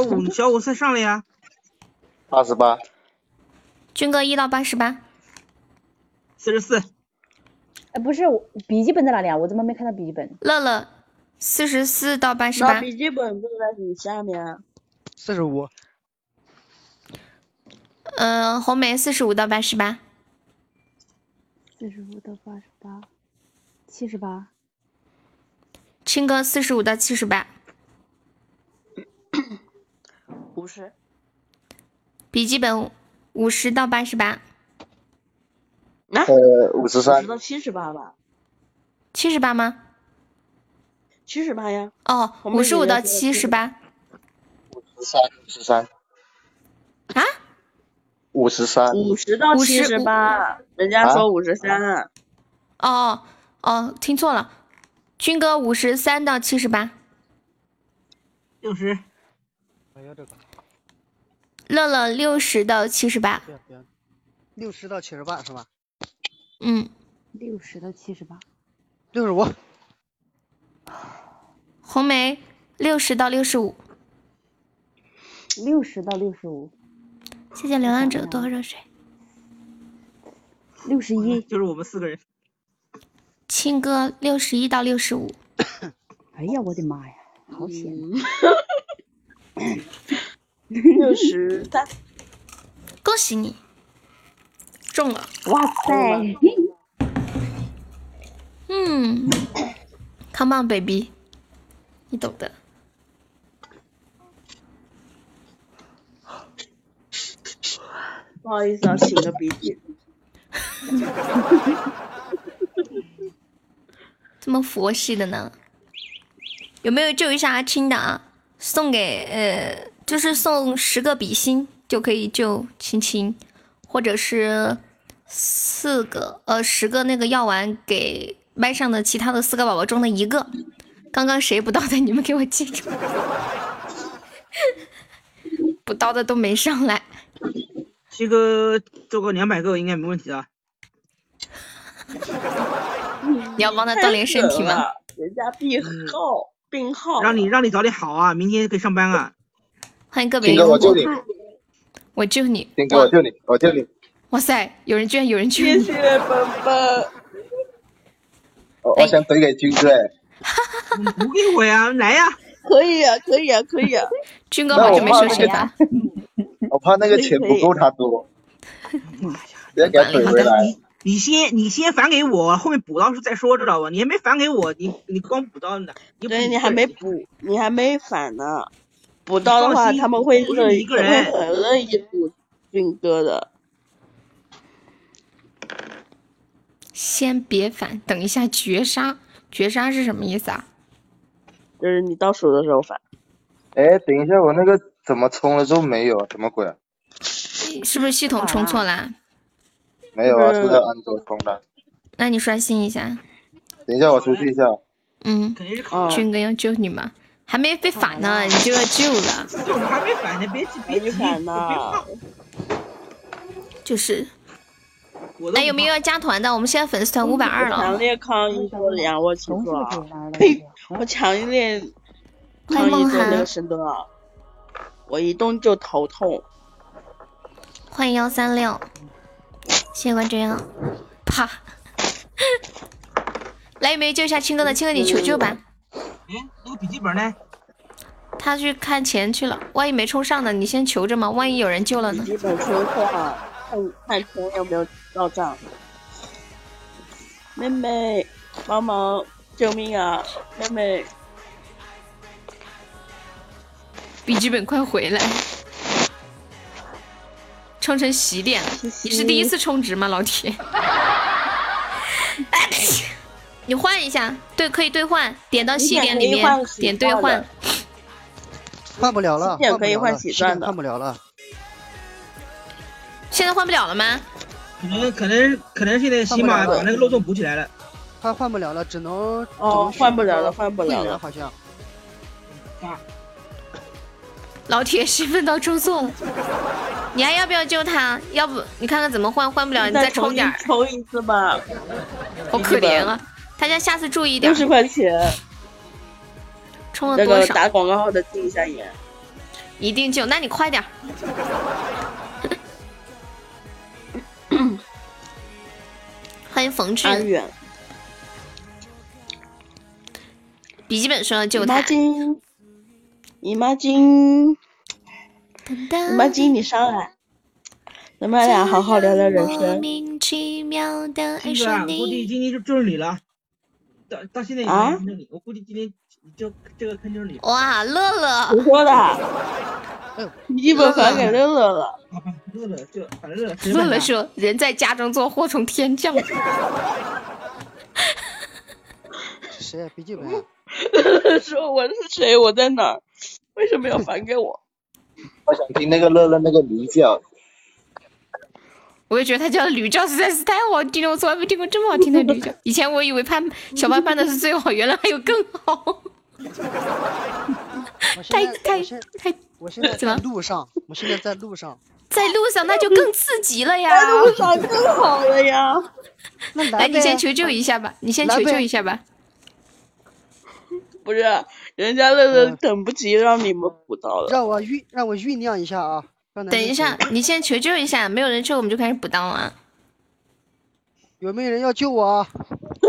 五，小五再上来呀！
二十八，
军哥一到八十八，
四十四，
哎，不是，我笔记本在哪里啊？我怎么没看到笔记本？
乐乐四十四到八十
那
八，
笔记本就在你下面。啊
四十五，
嗯，红梅四十五到八十八，
四十五到八十八，七十八，
青哥四十五到七十八，
不是，
笔记本五十到八十八，
那
呃，五十
五
三
十，到七十八吧，
七十八吗？
七十八呀。
哦，
红梅
五
你
十五到
的
七十八
十三，十三，
啊？
五十三，
五十到七十
50
八，人家说五十三，
哦哦，听错了，军哥五十三到七十八，
六十，
我哎要这个，
乐乐六十到七十八，
不要不要，六十到七十八是吧？
嗯，
六十到七十八，
六十五，
红梅六十到六十五，
六十到六十五，啊
谢谢流浪者多喝热水。
六十一。
就是我们四个人。
青哥六十一到六十五，
哎呀，我的妈呀，好险！
啊
六十三，
恭喜你中了。
哇塞，
嗯 ，Come on baby，你懂的。
不好意思啊，擤个鼻涕。
这么佛系的呢？有没有救一下阿青的啊？送给呃，就是送十个比心就可以救青青，或者是四个呃十个那个药丸给麦上的其他的四个宝宝中的一个。刚刚谁不到的，你们给我记住， 不到的都没上来。
七哥做个两百个应该没问题啊。
你要帮他锻炼身体吗？
人家病号，病号。
让你让你早点好啊，明天可以上班啊。
欢迎个别
金哥
用
我救
户，
你，
我救你，
金哥我救你，我救你，
哇塞，有人居然有人救
谢
你，
谢奔奔，
我
哎
我想怼给军哥，哎
啊不给我呀，来呀，
可以啊，可以啊，可以啊，
军哥好久没说谁
啊
了，
我怕那个钱不够他 多，直接给他怼回来。
你先你先返给我，后面补到时候再说，知道吧？你还没返给我，你你光补到呢，你补
对你
一
还
个
没
人
补，你还没返呢。补到的
放
话，
心
他们会
不是
乐
你
意，
一个
会
人
很乐意补军哥的。
先别反，等一下绝杀。绝杀是什么意思啊？
就是你倒数的时候返，
哎，等一下，我那个怎么充了之后没有啊？什么鬼啊？
是不是系统充错了？
没有啊，
不是
是在安卓充的。
那你刷新一下。
等一下，我出去一下。
嗯，
肯定是考啊
嗯，
军哥要救你们，还没被反呢，你就要救了。
就你还没返呢，别急
还
别
没
急，
返呢
我别
啊
怕，
就是，
我都
哎，有没有要加团的？我们现在粉丝团五百二
强
了。
烈抗议做仰卧起
总是
坐啊！
这样的。
呸！我强烈
赖
抗议
梦
做那
涵
个，深蹲啊！我一动就头痛。
欢迎幺三六，谢谢关注啊！啪！ 来，有没有救一下青哥的？青哥，你求救吧！
哎，那个笔记本呢？
他去看钱去了，万一没冲上呢？你先求着嘛，万一有人救了
笔
呢？
记本充错啊，看看钱有没有到账。妹妹，帮忙，救命啊！妹妹，
笔记本快回来！充成洗脸了，
嘻嘻
你是第一次充值吗，老 铁？哎你换一下，对，可以兑换，点到
你
洗脸
点可
里
以
面
换洗
点兑
发的
换，
换不了了，
点
换不
可以
了
换
了
喜
十
钻
点
的
换不了了。
现在换不了了吗？
可能可能可能现在
换
起
不了
码
了
把那个漏洞补起来了，
他换不了了，只能只
哦
能，是
换不了
那
了，
个
换不
会
了
员
了。
好像
老铁身份到中座了，你还要不要救他？要不你看看怎么换，换不了你再充
重
点儿，
新抽一次吧，
好可怜啊！大家下次注意点
六
儿，
十块钱，
充了
那
多
个
少
打广告号的禁一下言。
一定救。那你快 点儿，欢迎冯
安
志，
远，
笔记本说要
姨
救
妈
他。
巾，姨妈巾，
噔
姨妈
噔
巾，你上来，咱们俩好好聊聊人
莫
生
名其妙的爱
金哥
上
啊，我估计
你。
今天就就是你了，到到现在也
啊
没是你，我估计今天就这个坑就是你，
哇，乐
谁
乐，
说的？笔记本还给乐乐了。
好吧，乐乐就反正乐乐谁
乐
问
乐
他
说：“人在家中坐，祸从 天降。
谁笔记本啊？
说我是谁，我在哪儿，为什么要返给我？
我想听那个乐乐那个驴叫，”
我就觉得他叫驴叫实在是太好听了，我从来没听过这么好听的驴叫。以前我以为盼小潘盼的是最好，原来还有更好，
我现
太
在
太
我现
太
我现在
怎么
在路上，我现在在路上。
在路上那就更刺激了呀！
路上更好了 呀！
那来
来，
呗，
你先求救一下吧，你先
来
求救
呗
一下吧。
不是，啊人家乐乐
嗯
等不及让你们补到了。
让我酝让我酝酿一下啊。刚才
等
那
一
个
下，你先求救一下，没有人救我们就开始补刀啊。
有没有人要救我啊？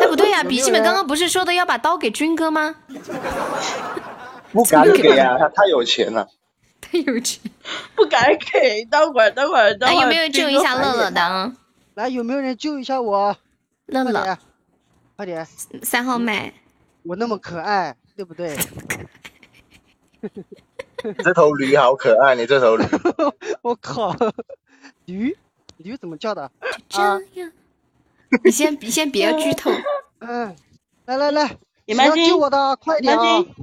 哎，不对呀、
有没
笔
有
记本刚
人
刚不是说的要把刀给军 哥吗？
不敢给啊，他太有钱了。
太有趣。
不敢给，等会儿，等会儿，等
哎，
会儿。
有没有救一下乐乐
乐？
的啊？
来，有没有人救一下我啊？
乐
快
乐
点，快点，
三号麦，
我那么可爱，对不对？
你这头驴好可爱，你这头驴。
我靠，驴驴怎么叫的？
这样， 你先你先别剧透，
嗯，来来来，
你
谁
们
要
进
救我的，快点啊
你们！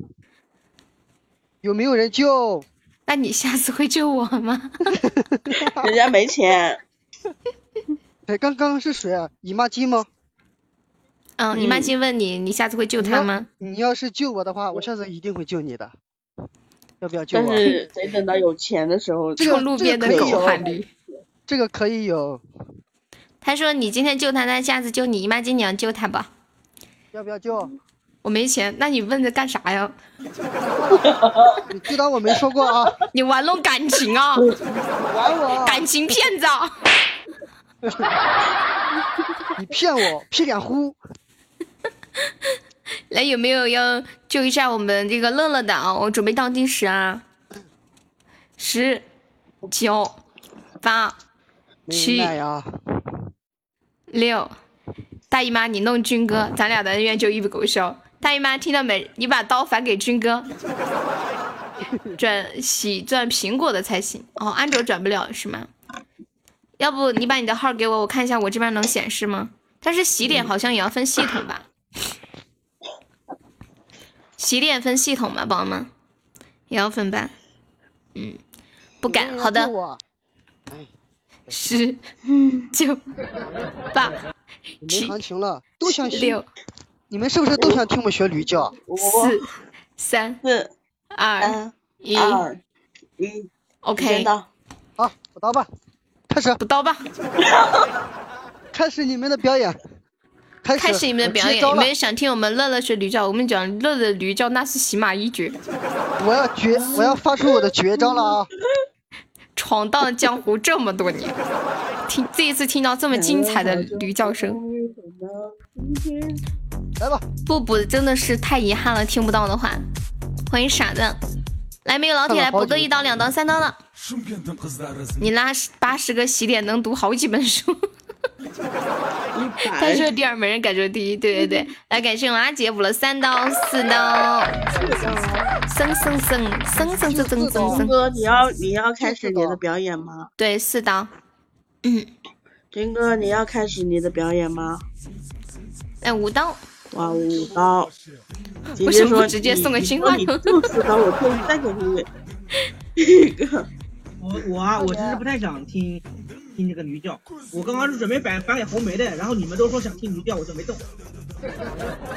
有没有人救？
那你下次会救我吗？
人家没钱，
哎，刚刚是谁啊？姨妈巾吗？
嗯，姨妈巾问你，你下次会救他吗？
你要是救我的话，我下次一定会救你的。要不要救
但
我？
是得等到有钱的时候。
这
冲
个
路
这
边
个
的
可以
狗
有，
喊驴。
这个可以有。
他说你今天救他，那下次救你姨妈巾，你要救他吧？
要不要救？
我没钱，那你问这干啥呀？
你就当我没说过啊！
你玩弄感情啊，
你玩我啊，
感情骗子 啊！
你骗我，屁脸呼！
来，有没有要救一下我们这个乐乐的啊？我准备倒计时啊，十、九、八、
明白啊呀，
六。大姨妈，你弄军哥，咱俩的恩怨就一笔勾销。大姨妈，听到没？你把刀返给军哥，转喜转苹果的才行。哦，安卓转不了是吗？要不你把你的号给我，我看一下我这边能显示吗？但是洗脸好像也要分系统吧？洗脸分系统吧，宝宝们，也要分吧？嗯，不敢。
嗯
好的，十九八。
没行情了，都想
六
学。你们是不是都想听我学驴叫？
四三
四
二
三
一
二一，
，OK，
到。
好，啊我刀吧，开始，
补刀吧，
开始你们的表演，开始，
开始你们的表演。
我接招
你
了
们想听我们乐乐学驴叫？我们讲乐乐的驴叫那是起码一绝，
我要绝，我要发出我的绝招了啊！
闯荡江湖这么多年，听这一次听到这么精彩的驴叫声，
来吧，
不补真的是太遗憾了，听不到的话。欢迎傻子，来没有老铁来补个一刀、两刀、三刀的，你拉八十个喜点能读好几本书。他说第二没人敢说第一，对对对，来感谢我们阿杰补了三刀四刀，生生生生生生生生生，
哥，你要你要开始你的表演吗？
对四刀，
军哥，你要开始你的表演吗？
哎五刀，
哇，五刀！
为什
姐姐
么
说
不直接
你
送个
你
新
说
话
你
筒
就是刀，我就再给你一个。
我我啊，我其实不太想听听这个驴叫，我刚刚是准备返返给红梅的，然后你们都说想听驴叫，我就没动。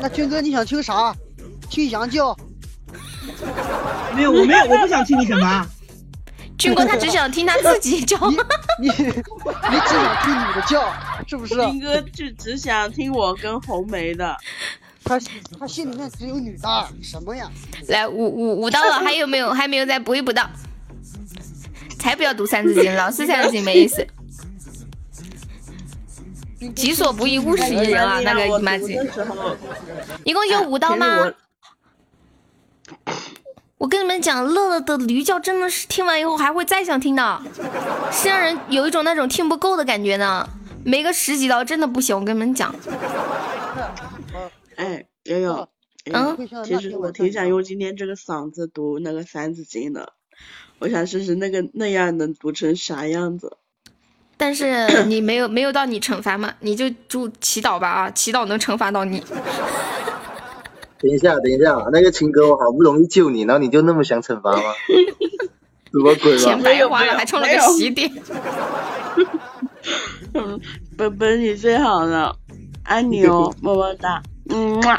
那军哥你想听啥？听羊叫？
没有，我没有，我不 想听你惩罚。
军哥他只想听他自己叫，
你你只想听你的叫，是不是？
军哥就只想听我跟红梅的。
他他心里面只有女的，什么呀？
来五五五刀了，还有没有还没有再补一补刀？才不要读三字经，老是三字经没意思。己所不欲，勿施于人啊！那个姨妈
我
巾。
的时候，
一共就五刀
其实
吗
我？
我跟你们讲，乐乐的驴叫真的是听完以后还会再想听的，是让人有一种那种听不够的感觉呢。没个十几刀真的不行，我跟你们讲，
哎，悠悠，
嗯
会像
其
那
实
天
我
我
挺想用今天这个嗓子读那个《三字经》的，我想试试那个那样能读成啥样子。
但是你没有没有到你惩罚嘛，你就祝祈祷吧啊，祈祷能惩罚到你。
等一下，等一下，那个秦哥，我好不容易救你，然后你就那么想惩罚 吗？什么鬼吧
钱？白花了，还充了个喜点。
嗯，本本你最好了，爱你哦，么么哒，嗯嘛。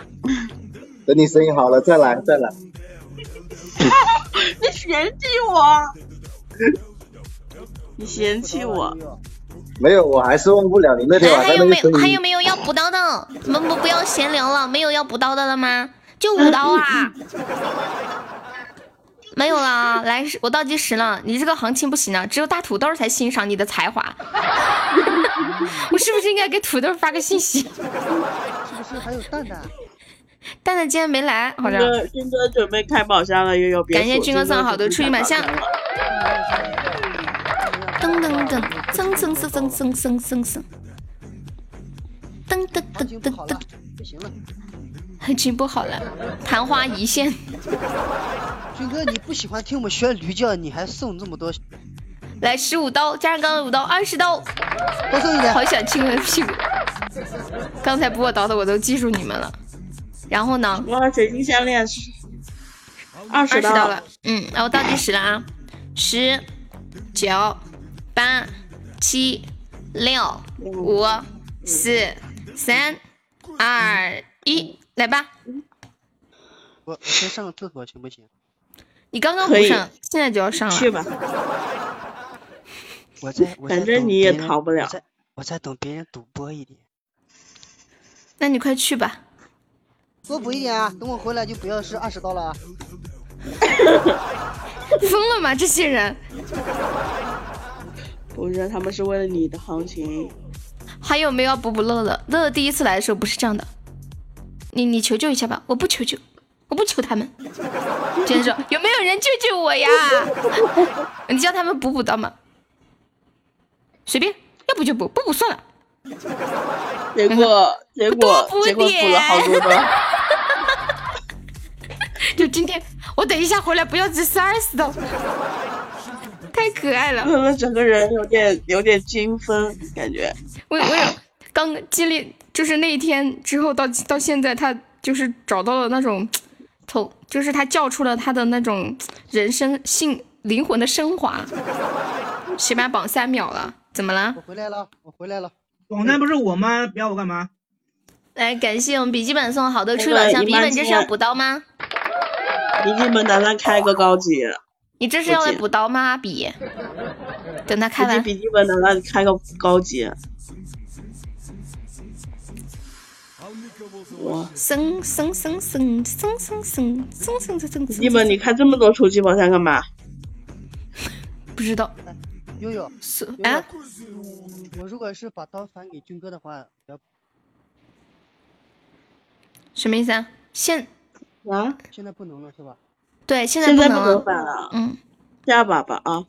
等你声音好了再来，再来。
你嫌弃我？你嫌弃我？
没有，我还是忘不了你那天
哎，
晚上
还有
那个
没
声
有还有
音。
没有要补刀的？我们不不要闲聊了，没有要补刀的了吗？就五刀啊， 没有了啊！来，我倒计时了，你这个行情不行啊，只有大土豆才欣赏你的才华。 我是不是应该给土豆发个信息？
是不是还有蛋啊蛋？
蛋蛋今天没来，好像
军哥，军哥准备开宝箱了，悠悠别
感谢
说
军哥送的好多出
军
去
哥
买
准
相
备开宝箱了。
行情不好了，，
噔噔噔噔噔噔噔噔噔噔噔，噔噔噔噔噔
不 行了，
行情不好了，昙花一现。
军哥你不喜欢听我学驴叫，你还送这么多，
来十五刀，加上刚刚五刀，二十刀。
多送一点。
好想亲个屁股。刚才补我刀的我都记住你们了。然后呢，
哇，水晶项链是二
二
十
十刀
刀
了，嗯，那我倒计时了啊，十、九、八、七、六、五、四、三、二、一，来吧！
我先上个厕所行不行？
你刚刚
可
不
以
上，现在就要上
去
了。
吧。
我在，我在
反正
等
你也
别人
嗯逃不了
我在，我在等别人赌博一点，
那你快去吧。
多补一点啊！等我回来就不要是二十刀了啊！
疯了吗？这些人！
我觉得他们是为了你的行情。
还有没有要补补乐乐？乐乐第一次来的时候不是这样的。你你求救一下吧，我不求救，我不求他们。接着说，有没有人救救我呀？ 你叫他们补补刀吗？随便，要补就补，不补算了。
结果结果
多补
结果补了好多刀，
就今天，我等一下回来不要只吃二十刀，太可 爱 了。
可能整个人有点有点精分感觉。
我我有刚经历，就是那一天之后到到现在，他就是找到了那种从，就是他叫出了他的那种人生性灵魂的升华。喜马榜三秒了，怎么了
我？回来了，我回来了。
网站不是我吗？要我干嘛？
来，哎感谢我们笔记本送好的
那
出
个
宝箱，
一
笔记
般
本这是
性
要补刀吗？
笔记本打算开个高级，
你这是要来
不急
补刀吗？笔，等他
估
开
计
完，
笔记本打算开个高级。哇，
升升升升升升升升升升
笔记本你
升，
开这么多初级宝箱干嘛？
不知道
哎悠悠，
是
悠悠
啊？
我如果是把刀返给军哥的话，要
什么意思啊？现
啊，
现在不能了是吧？
对现在
现
不
在不
能
能
了，
返了，
嗯，
下把吧啊！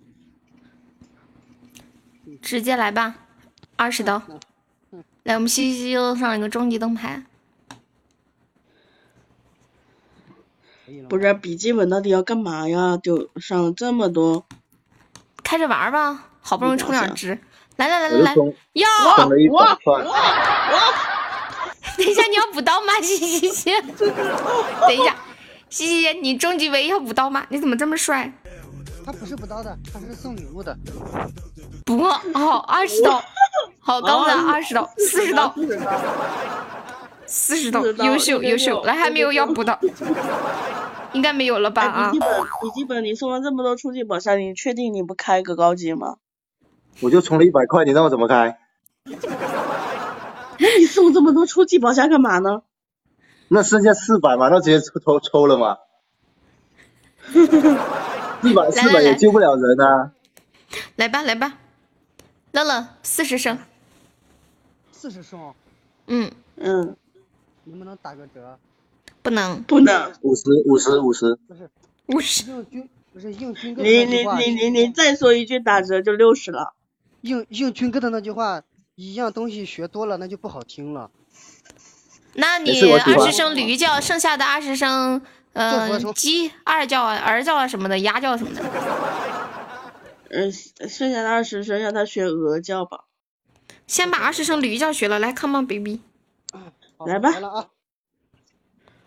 直接来吧，二十刀。
嗯
来，我们西西又上了一个终极灯牌，
可以了吗。
不是笔记本到底要干嘛呀？就上了这么多，
开着玩儿吧，好不容易充点值。来来来
我就
来来，
充
哟，
充了一百块，
等一下你要补刀吗？西西西，等一下，西西，你终极唯一要补刀吗？你怎么这么帅？
他不是补刀的，他是送礼物的。
不过哦，二十刀，好刀的啊二十刀，四十刀，四十刀，
40刀
优秀
这个
优秀，
就
来还没有
这个
要
就
补的，应该没有了吧
哎，
啊
笔记？本笔记本你送了这么多初级宝箱，你确定你不开个高级 吗？
我就充了一百块，你让我怎么开？
那你送这么多初级宝箱干嘛呢？
那剩下四百嘛，那直接抽抽抽了 嘛。四百四百也救不了人啊！
来吧来吧，乐乐四十升，
四十送，
嗯，
嗯，
能不能打个折？
不能
不能。
五十五十五十，
不是
五十，
应军，不是应军哥的
你
那句
你
话，
你你你再说一句打折就六十了。
应应军哥的那句话，一样东西学多了那就不好听了。
那
没
你
事我喜欢
二十升驴叫，剩下的二十升
这
呃
我说
鸡二叫啊儿叫啊什么的，鸭叫什么的，
嗯，剩下的二十升让他学鹅叫吧。
先把二十升驴叫学了，来 come on baby，
好
来吧
来了啊，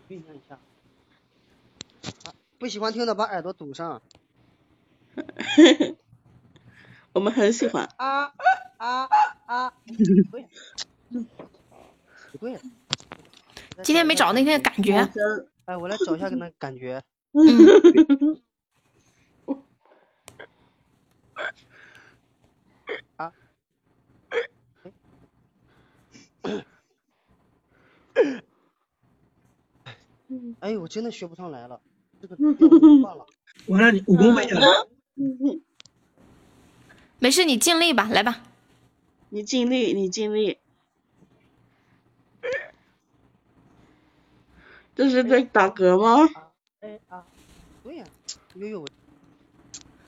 酝酿一下。啊不喜欢听的把耳朵堵上。
我们很喜欢。
啊啊啊！对了，对了。
今天没找那天的感觉，
真
哎，我来找一下那感觉。
嗯，
嗯
哎呦，我真的学不上来了，这个要不就算了。
完了，你
嗯
武功没了，
没事你尽力吧，来吧，
你尽力，你尽力。这是在打嗝吗？
哎啊，对呀、悠悠，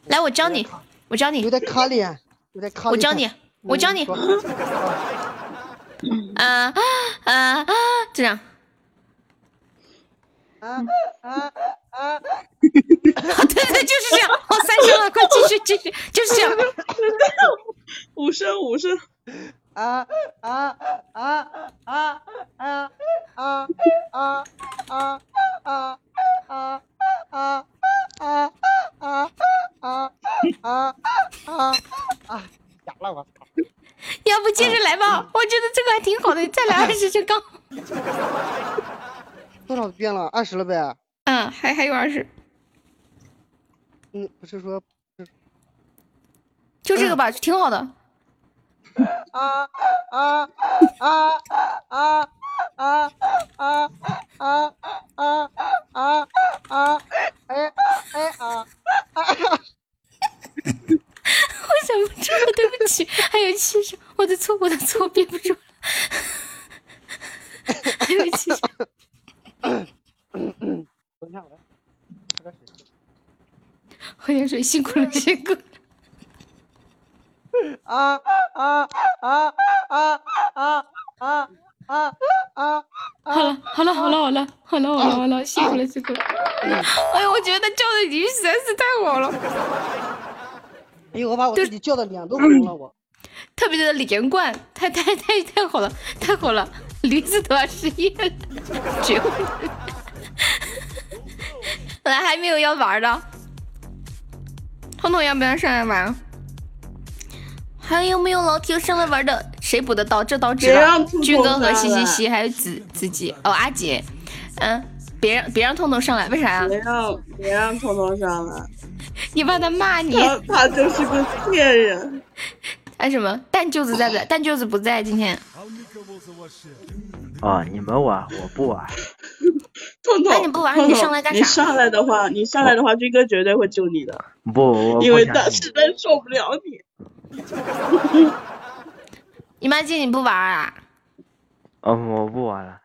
来我教你，我教你
有，点卡脸，有点卡脸。
我教你，我教你
说。
啊啊啊！这样，
啊啊啊！
对 对对，就是这样。好，三声了，快继续继续，就是这样。
五声五声，
啊啊啊啊啊啊啊啊啊啊啊啊啊啊啊啊啊啊！哑了我操！
要不
啊
接着来
嗯
吧，我觉得这个还挺 好的，再来二十哎就刚。
多少遍了？二十了呗？
嗯，还还有二十，
嗯，不是说嗯
就这个吧，挺好的。
啊啊啊啊啊啊啊啊啊啊！哎哎啊！
我想不住了，对不起，还有七十， 我的错，我的错，憋不住了。还有七十，
等一下，我来喝点水。
喝点水，辛苦了，辛苦了。
啊啊啊啊啊啊啊啊！
好了，好了，好了，好了，好了，好了，好了，辛苦了，辛苦了。哎呀，我觉得叫的鱼实在是太好了，
哎呦，我把我自己叫的脸都红了，我。
特别的连贯，太太太太好了，太好了，驴子都要失业了，绝望。本来还没有要玩的，彤彤要不要上来玩？还有没有老铁上来玩的？谁补的刀？这刀值
别
了
让兔。
军
头
哥和
上
西西
来
西还有子子吉哦阿杰，嗯，别让别让彤彤上来，为啥呀、
别让别让彤彤上来，
你怕他骂你？
他他就是个骗人。
哎什么？蛋舅子在不在？蛋舅子不在今天。
哦，你们玩，我不玩。
彤彤，
那哎你不玩
彤彤
你上来干啥
你上来的话，你上来的话，军哥绝对会救你的，
不，我
因
不
为
相
他实
信。
在受不了你。
姨妈巾你不玩啊？
嗯，我不玩了，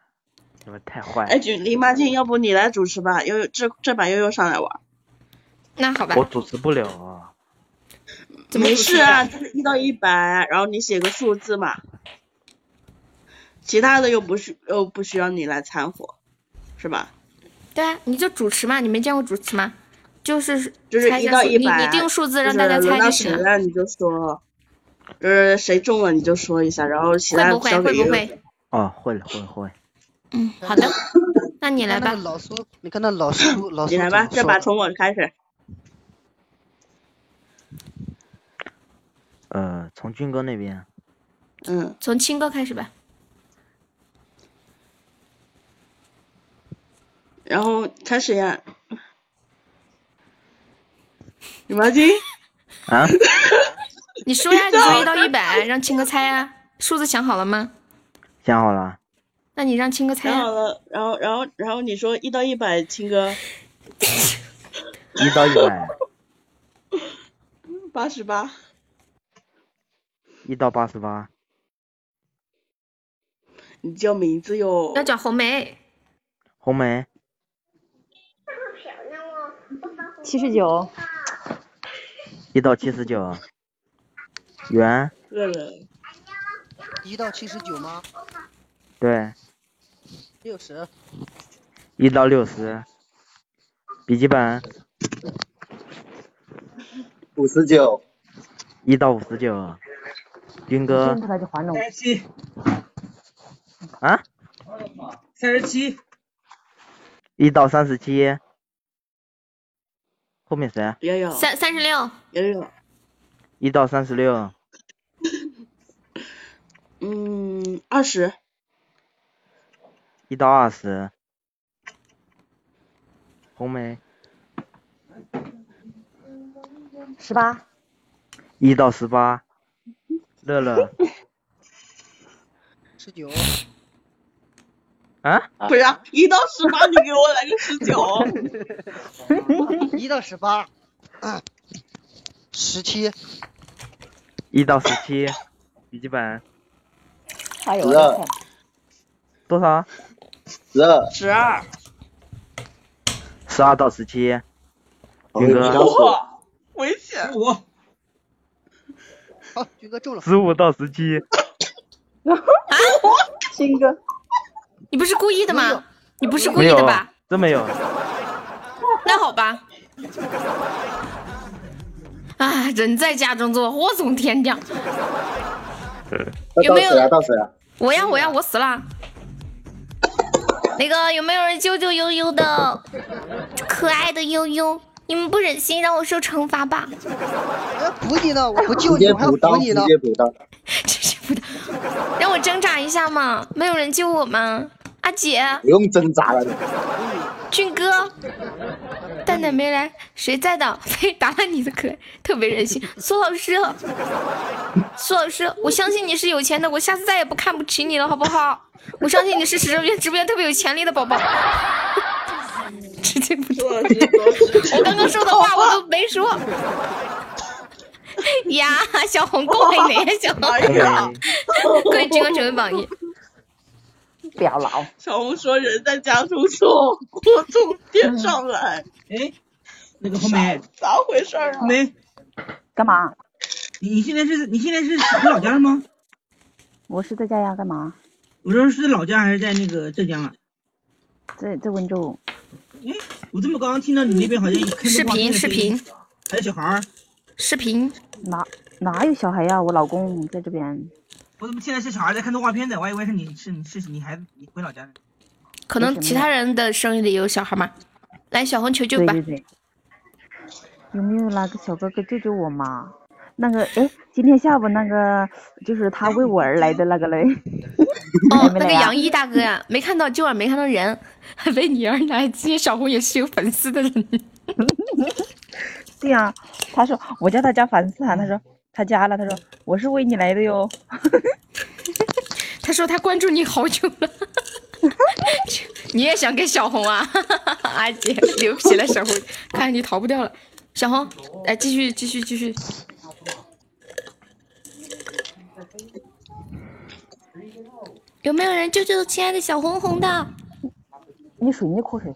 你们太坏
哎，
了。
军姨妈静，要不你来主持吧？悠悠，这这把悠悠上来玩。
那好吧
我，主持不了啊。
怎么
没
主持
事啊，
的？
就是一到一百，然后你写个数字嘛。其他的又不需又不需要你来掺和，是吧？
对啊，你就主持嘛，你没见过主持吗？就是
就是
猜
一
下
到
数
一
你
百，
你定数字
就
让
是
大家猜
轮
就
到
行
谁
了。
了你就说，呃，谁中了你就说一下，然后其
会
他
不会？
交
会
给悠
不
悠。
会？
哦，会了，会了会了。
嗯，好的，那你
哎你
来
看那
吧
个。老苏，你看那老苏，老苏
你来吧，
怎
这
么
把
说
从我开始。
呃，从军哥那边，
嗯，
从青哥开始吧。
然后开始呀。羽毛巾，
啊，
你说呀，你说一到一百，让青哥猜呀。数字想好了吗？
想好了，
那你让青哥猜啊
然
呀
后。了，然后然后然后你说一到一百，青哥
一到一百，
八十八，
一到八十八，
你叫名字哟。
要讲红梅，
红梅
七十九，
一到七十九，圆
个人，
一到七十九吗？
对，
六十，
一到六十，笔记本
五十九，
一到五十九，军哥
真出来就还着我
三。十七，
啊，
三十七，
一到三十七，后面谁？啊
悠悠，
三三十六，
悠悠，
一到三十六，
嗯，二十，
一到二十，红梅
十八，
一到十八，乐乐
十九，
啊，
不是啊一到十八，你给我来个十九，
一到十八，啊十七，
一到十七，笔记本
哎
还有
十二
我
多少？
十二，
十二，
十二到十七，
我给你倒数，
哇，危险，
十五，
好，军哥中了，
十五到十七，
新哥，
你不是故意的
没
吗
有？
你不是故
没
意
有啊
的吧？，
真没有。
那好吧。 啊，人在家中坐，祸从天降。
那
有
到
没有
谁啊？到谁啊？
我呀，我呀，我死了。那个有没有人救救悠悠的？可爱的悠悠，你们不忍心让我受惩罚吧？
我要补你呢，我不救
直
你，
接
我还要
补刀，
补
直
你呢。
接补刀。
真是不的，让我挣扎一下嘛！没有人救我吗？阿姐、
不用挣扎了，你
俊哥、蛋蛋没来，谁在的？呸！打烂你的可爱，特别任性。苏老师，苏老师，我相信你是有钱的，我下次再也不看不起你了，好不好？我相信你是直播间直播间特别有潜力的宝宝。直接不
做了十多十
我刚刚说的话我都没说。 呀，小红恭喜你，小红
哎
红梅
呀，
恭喜军哥成为榜一。
不要老。
小红说人在家中坐，锅从天上来，
哎，那个红梅，
咋回事儿啊
红？梅，
干嘛？
你你现在是你现在是回老家了吗？
我是在家呀，干嘛？
我说是老家还是在那个浙江啊？
在在温州。
我怎么刚刚听到你那边好像开
视
始放那
频
个
视
谁
频
还有小孩儿，
视频，
哪哪有小孩呀？我老公在这边，
我怎么现在是小孩在看动画片的？我还以为是你是你是你孩子你回老家了。
可能
为什么
其他人的声音里有小孩嘛。来，小红求救
对
吧
对，对。有没有哪个小哥哥救救我嘛？那个，哎，今天下午那个就是他为我而来的那个嘞，
哦，
没
那
来
个
呀
杨一大哥呀、没看到，今晚没看到人，还为你而来。今天小红也是有粉丝的人，
对呀、他说我叫他加凡斯坦，他说他加了，他说我是为你来的哟。
他说他关注你好久了， 你也想给小红啊？ 阿姐，对不起了，小红，看来你逃不掉了。小红，来继续继续继续，有没有人救救亲爱的小红红的？
你水你口水，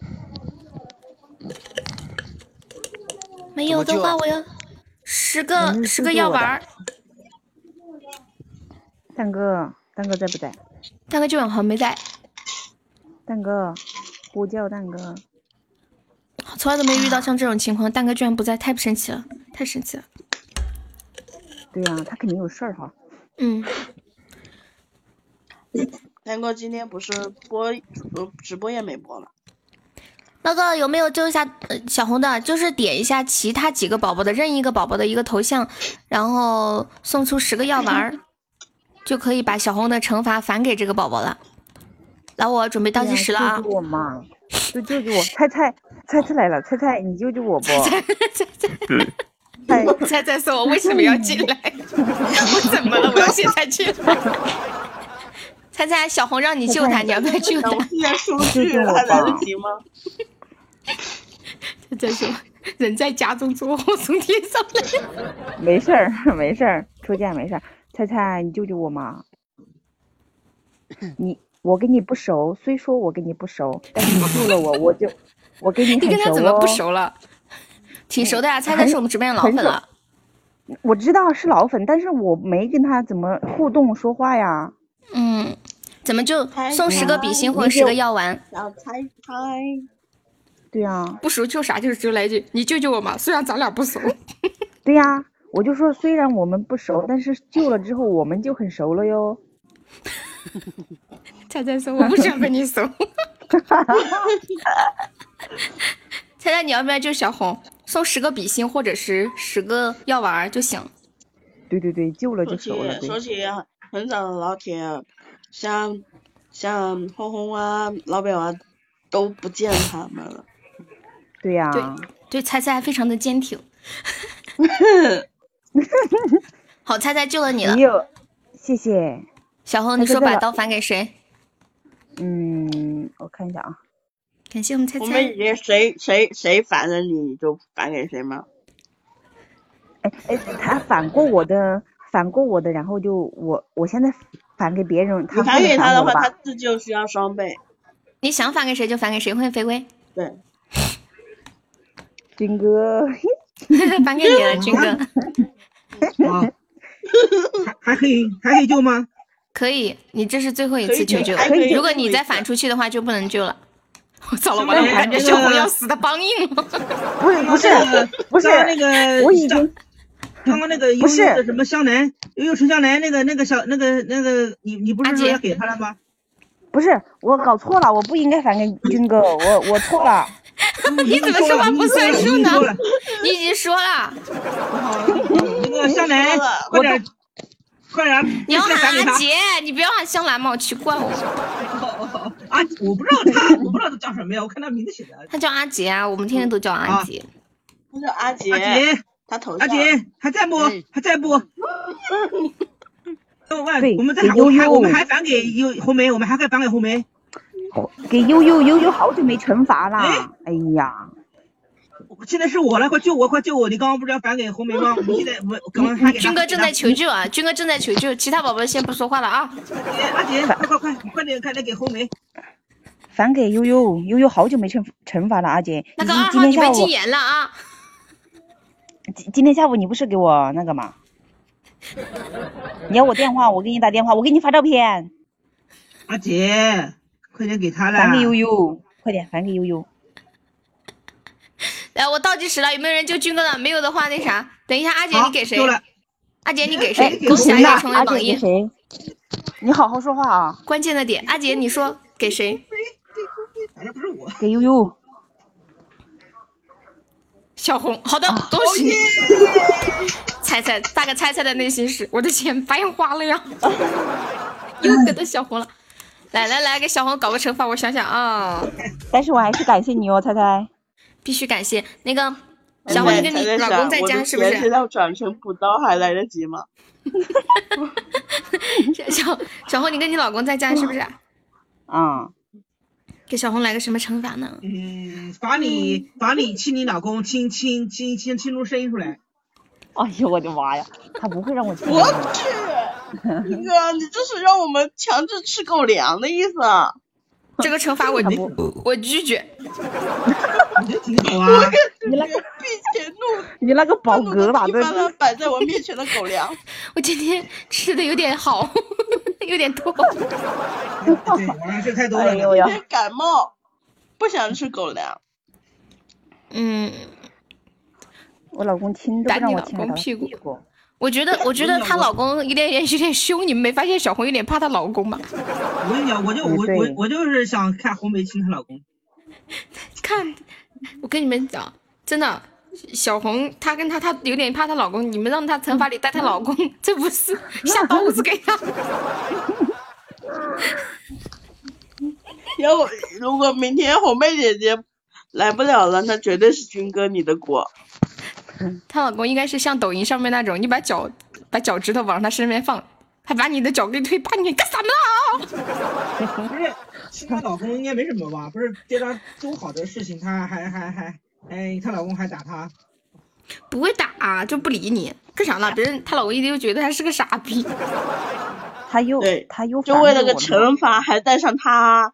没有的话，我要十个
嗯
十
救
个
救
药
我的
丸儿。
蛋哥，蛋哥在不在？
大哥今晚好像没在，
蛋哥，呼叫蛋啊哥，
从来都没遇到像这种情况，蛋哥居然不在，太不神奇了，太神奇了。
对呀、他肯定有事儿哈。
嗯，
南哥今天不是播呃直播也没播了，
那个有没有救一下、呃、小红的？就是点一下其他几个宝宝的任意一个宝宝的一个头像，然后送出十个药丸儿，就可以把小红的惩罚返给这个宝宝了。来，我准备倒计时了啊
救！救我嘛！就救救我！菜菜，菜菜来了，菜菜，你救救我不？菜
猜猜说，我为什么要进 来？我怎么了？我要现在进来。猜猜，小红让你救他，你要不要救他？
现在出
救
去
救我
了还来得
吧
及吗？
再说，人在家中坐，祸从天上来。
没事儿，没事儿，出嫁没事儿。菜菜，你救救 我嘛！你我跟你不熟，虽说我跟你不熟，但是你救了我，我就我跟你很
你
熟、哦、
跟他怎么不？熟了？挺熟的呀、猜猜是我们直播间的老粉了。
我知道是老粉，但是我没跟他怎么互动说话呀。
嗯，怎么就
猜
送十个
猜
比心或者
你
十个
就
药丸？
小猜猜，
对呀，
不熟救啥？就是只有来一句“你救救我嘛”，虽然咱俩不熟。
对呀，我就说虽然我们不熟，但是救了之后我们就很熟了哟。
猜猜说我不想跟你熟。 猜猜你要不要救小红？送十个比心或者是十个药丸儿就行。
对对对，救了
说
就
起
熟了。对
说起很早的老铁，像像红红啊、老表啊都不见他们了。
对呀、
对对，猜猜非常的坚挺。好，猜猜救了你了
你。有，谢谢。
小红，你
猜猜
说
在
把
哪
刀返给谁？
嗯，我看一下啊，
感谢我们猜
我们
猜
已。经谁谁谁烦了你，你就烦给谁吗？
哎哎，他反过我的，反过我的，然后就我我现在反给别人，
你
他
返
会
给他
反
的
我
话，
了
他
吧？
自救需要双倍。
你想返给谁就返给谁，欢迎飞龟，
对，
军哥，
返给你 了，军哥，
啊，还还可以还可以救吗？
可以，你这是最后一
可
次
以
求
救
救
还可以，
如果
救
你
一
再
次
反出去的话就不能救了。我操了，
是
完了，
吗
我感觉
那个
小红要死的梆硬了。
不是不是
刚刚那个刚刚那个
不是 我已
像
经
刚刚那个
不是
悠悠的什么香南，悠悠陈香南那个那个小那个那个，你你不
阿
是说
杰
要给他了吗？
不是我搞错了，我不应该反给军 哥，我我错了，
你怎么说话不算
你
数呢
说了
你已经说了，
那个香呃南，快点儿，快点儿，
你要
那个
喊
啥给
阿
他。
杰，你不要喊香兰嘛，我奇怪哦，
啊，我不知道他，我不知道他叫什么呀，我看他名字写的。
他叫阿杰啊，我们天天都叫阿
啊
杰。
他叫阿杰，
阿杰，
他头
阿
像。
杰还在不
哎
嗯？
还在不？ 那我
对
问，我们再
给
喊，我们还
悠悠
我们还返给悠红梅，我们还可以返给红梅。
给悠悠悠悠好久没惩罚了
哎，
哎呀，
现在是我了，快救我，快救我！你刚刚不是要反给红梅吗？我现在我我刚刚他给他
军哥正在求救啊，军哥正在求救，其他宝宝先不说话了啊。
阿杰，快快快，快点快点给红梅！
返给悠悠，悠悠好久没惩惩罚了阿杰。
那个
你
二
今
号
天下
啊你被
午
禁言了啊！
今今天下午你不是给我那个吗？你要我电话，我给你打电话，我给你发照片，
阿杰，快点给他
返
啦
给！悠悠，快点返给悠悠。
来，哎我倒计时了，有没有人救军哥的？没有的话，那啥，等一下，阿姐
好
你给谁
丢？了，哎
阿姐你给谁？
给
恭喜
谁
阿姐
呢
成
哎
为
啊阿
榜
姐
一
给。谁？你好好说话啊，
关键的点，阿杰你说给谁？
反正不是我。
给悠悠。
小红，好的，
啊
恭喜你。猜猜，大概猜猜的内心是，我的钱白花 了呀，又得到小红了。来来来，给小红搞个惩罚，我想想啊、
但是我还是感谢你哦，猜猜。哎
必须感谢那个小红，你跟你老公在家是不
现
是？
在转成补刀还来得及吗？
小小红，你跟你老公在家是不是？
啊、
给小红来个什么惩罚呢？
嗯，罚你罚你亲你老公，亲亲亲亲亲出声音出来。
哎呦我的妈呀，他不会让我亲
我
的。
去，那个你这是让我们 强制吃狗粮的意思啊！
这个惩罚我 我拒绝。
你这挺好啊！
你那个并且怒
你那个宝格咋
你
的
把？它摆在我面前的狗粮，
我今天吃的有点好， 有点多。
对，晚上吃太多
哎呦
了。
呀
有，点感冒，不想吃狗粮。
嗯，
我老公亲都
打
不让
你
我
老
亲
公
他的
屁股
股。
我觉得，我觉得
我
她老公有点有点凶，你们没发现小红有点怕她老公吧？
我跟你讲，我就我我我就是想看红梅亲她老公。
看，我跟你们讲，真的，小红她跟她她有点怕她老公，你们让她惩罚里带她老公， 这不是下刀子给她？
要我如果明天红妹姐姐来不了了，那绝对是军哥你的锅。
她老公应该是像抖音上面那种，你把脚把脚趾头往她身边放，还把你的脚给推，把你干什么啊？
不是亲她老公应该没什么吧？不是这张多好的事情，她还还还哎，她老公还打她。
不会打、啊就不理你，干啥呢？别人她老公一定就觉得她是个傻逼。
他又
对
他又
就
反
为了个
我
惩罚还带上他，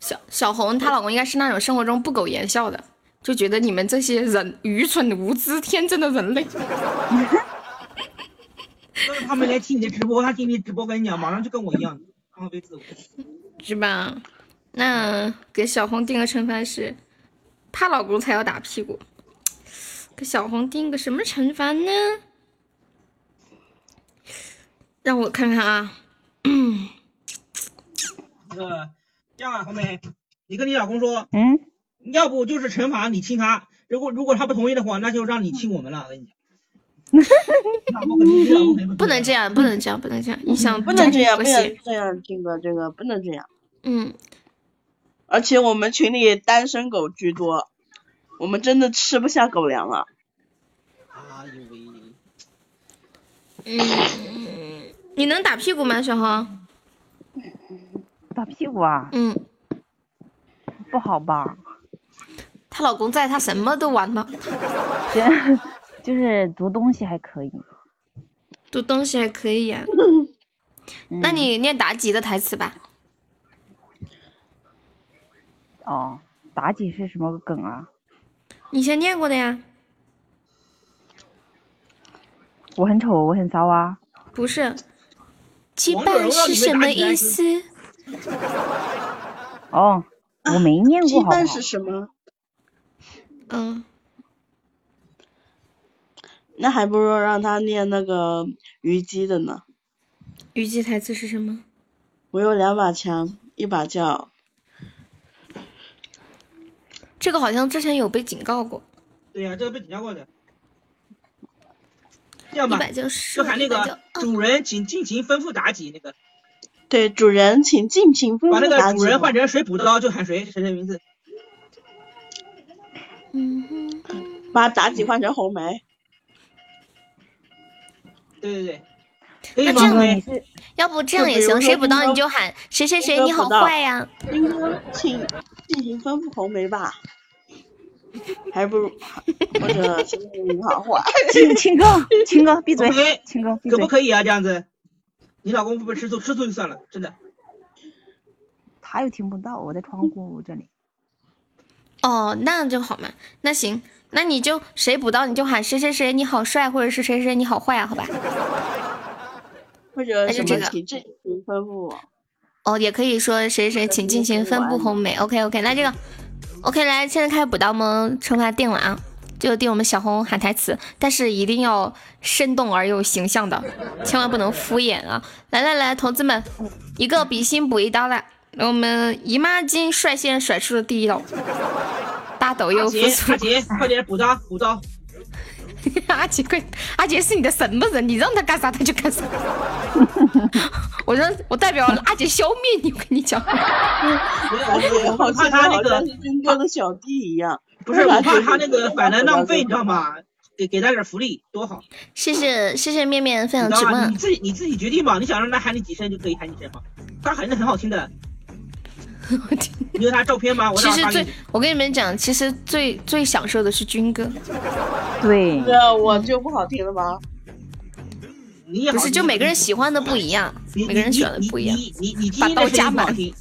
小小红她老公应该是那种生活中不苟言笑的，就觉得你们这些人愚蠢、无知、天真的人类。
要是他们来听你的直播，他听你直播，跟你讲，马上就跟我一样，放飞自我。
是吧？那给小红定个惩罚是，怕老公才要打屁股。给小红定个什么惩罚呢？让我看看啊，
那个，这样啊，红梅，你跟你老公说，
嗯，
要不就是惩罚你亲他，如果如果他不同意的话，那就让你亲我们了。我跟你讲，你老公肯定你老公肯定
不能这
样。
样，不能这样，不能这样，影响
不能这样，
不
不
行
能。这样，军哥，这个不能这样。
嗯，
而且我们群里单身狗居多，我们真的吃不下狗粮了。
哎呦喂，
你能打屁股吗，小红？
打屁股啊，
嗯，
不好吧？
她老公在，她什么都玩了，
这 就是读东西还可以。
读东西还可以呀、
嗯
那你念妲己的台词吧。
哦，妲己是什么梗啊？
你先念过的呀？
我很丑，我很骚啊！
不是，羁
王者荣
绊
耀里
是什
面
么
妲己还
意
是
思？
哦，我没念过，
羁
好不好
绊？是什么？
嗯，
那还不如让他念那个虞姬的呢。
虞姬台词是什么？
我有两把枪，一把叫
这个好像之前有被警告过，
对呀、这个被警告过的。这样
一
吧，
百九十，
就喊那
190
个主人，请尽情吩咐妲己那个，
对主人，请尽情吩
把那
咐妲
个主人换
己。
成水补刀，就喊谁谁的名字。
嗯，啊
把妲己换成红梅。
对对对，可以
那
吗？
这样
红
哥，
梅
你，是
要不哦这样也
就比
行，
如说
谁补刀
刚刚
你就喊谁谁谁
刚刚
你好
补刀
坏呀、
军哥，请尽情吩咐红梅吧。还不如或者先用银行换。
秦 秦哥，秦哥闭嘴
OK，，
秦哥闭
可不
嘴，
可以啊？这样子，你老公会不会吃醋？吃醋就算了，真的。
他又听不到，我在窗户这里。
哦，那就好嘛。那行，那你就谁补到你就喊谁谁谁你好帅，或者是谁谁你好坏啊，好吧？
或者
那
什
就
么
这个
体质评分不网？
哦，也可以说谁谁请进行分布红梅。OK OK，那这个 OK 来，现在开始补刀们惩罚定了啊，就定我们小红喊台词，但是一定要生动而又形象的，千万不能敷衍啊！来来来，同志们，一个比心补一刀啦！我们姨妈巾率先甩出了第一刀，大抖
阿
又
杰
复，苏
阿。杰，快点补刀，补刀！
阿杰贵，阿杰是你的什么人？你让他干啥他就干 啥。我说我代表 阿杰消灭你，我跟你讲。
我
而且
我
好
我
像
怕他那
好 像
个
是军哥的小弟一样，
不是，
他
我怕
是
他那个反弹浪费，你知道？吗？给给他点福利多好，
谢谢谢谢面面分享
你知道
直播
吗？
啊
你，自己你自己决定嘛，你想让他喊你几声就可以喊几声嘛。他喊的很好听 的，你有他照片吗？我
其
让
实
他发给
最
你。
我跟你们讲，其实最最享受的是军哥，
对
对啊，我就不好听了吗？
你也好
不是就
你
每个人喜欢的不一样，
你
每个人
你
喜欢的不一样。
你你你你今
把
天
刀
的声
加
音不好
满
听，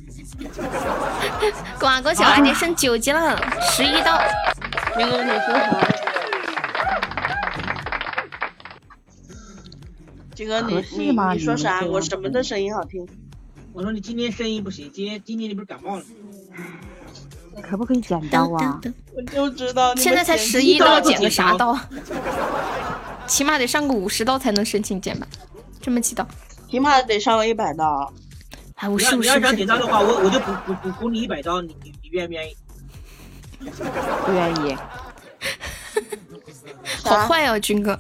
啊
瓜哥小阿杰剩九级了，
啊
十一刀。
明哥，你说啥？军哥，你
合适
你
吗
你说
你们
啥？
这
我
样
什么
嗯
子
的声音好听？
我说你今天声音不行，今天今天你不是感冒了吗？
可不可以剪刀
等
啊
等？等，
我就知道你们
现在才
剪
十一
刀
刀，
就
剪个
剪
啥
刀
刀啊？起码得上个五十刀才能申请剪吧？这么几刀？
起码得上个一百刀。
哎，五
你要
十五
你
十
要
五
想
十
点。刀的话，我我就补补补补你一百刀，你你你愿不愿意？
不愿意。
好坏哦，军哥。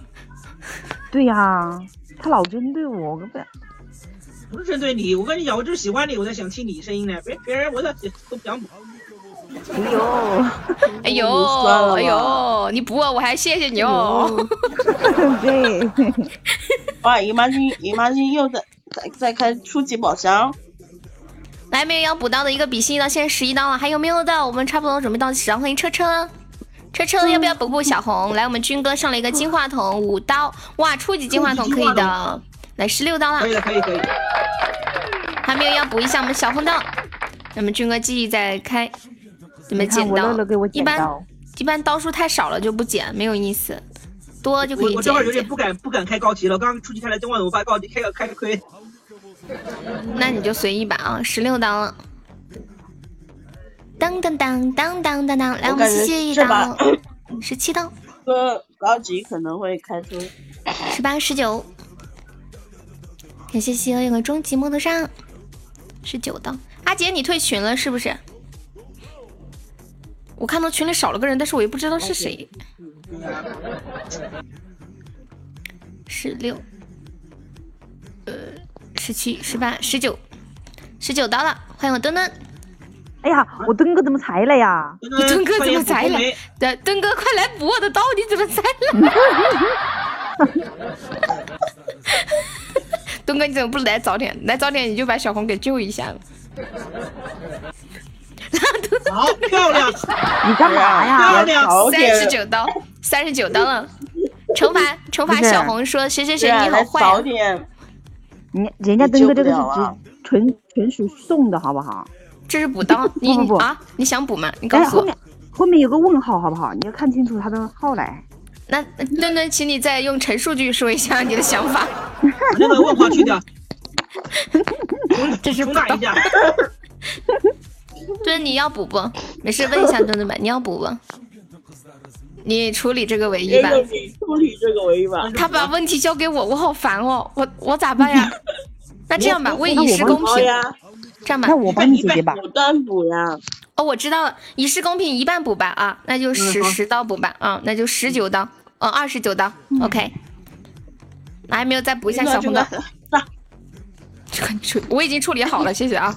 对呀、他老针对我，我不
不是针对你，我跟你讲，我就是喜欢你，我才想听你声音呢。别别人我咋都不想补。
哎呦，
哎呦
你算了吧
哎呦，你 补我，我还谢谢你哦。
对，
嗯哇，姨妈巾，姨妈巾又在在在开初级宝箱，
来，没有要补刀的一个比心一刀，现在十一刀了，还有没有的？我们差不多准备到齐了，欢迎车车。车车要不要补补小红？来，我们军哥上了一个金话筒，五刀，哇，初级金话筒可以
初级金
的，来十六刀
可以
了，
的，可以可以。
还没有要补一下我们小红的，那么军哥继续再开，怎么
你看
剪
我
刀
乐？乐给我
一
剪
般
刀，
一般刀数太少了就不剪，没有意思，多就可
我
以
我这会儿
剪一
有点
剪。
不敢不敢开高级了，刚刚出去开了真万，我怕高级开个开个亏。
那你就随意吧啊，十六刀了。当当当当当当当，来，
我
我们
感觉
谢谢一
这把
刀，十 七刀。
哥高级可能会开出
十八、十九，感谢西欧有个终极摸头杀，十九刀。阿杰，你退群了是不是？我看到群里少了个人，但是我也不知道是谁。十六，呃，十七、十八、十九，十九刀了，欢迎我墩墩。
哎呀，我墩哥怎么才了呀？
你
你
嗯
墩哥怎么才了
来？？
对，墩哥，快来补我的刀！你怎么才 了？墩哥，你怎么不来早点？来早点你就把小红给救一 下了。
好漂亮！
你干嘛
漂
呀？
亮！
好
三十
点，
九刀，三十九刀了。惩罚惩罚
不是
小红说谁谁谁
对啊
你好
来
坏
早
啊，
点，
人人家墩
你救
哥
不
这个是
了啊
只纯纯属送的好不好？
这是补刀。你
不不不
啊，你想补吗？你告
哎，
诉
后
我。
面后面有个问号好不好？你要看清楚他的号
啊
来。
那那墩墩，请你再用陈述句说一下你的想法。
把那个问号 去 掉，
这是
重打一下。
对，你要补不？没事，问一下墩墩吧，你要补不？你处理这个唯一吧。
就哎你处理这个为一吧。
他
嗯
把问题交给我，我好烦哦，我我咋办 呀？那这样吧，我以示公
好
平，
呀，
这样吧
那，我帮你解决吧。
补单补呀，
哦，我知道了，以示公平，一半补吧啊，那就十
嗯好
十刀补吧啊，那就十九刀，嗯，二十九刀，OK。来，没有再补一下小红的，这个你处，我已经处理好了，谢谢啊。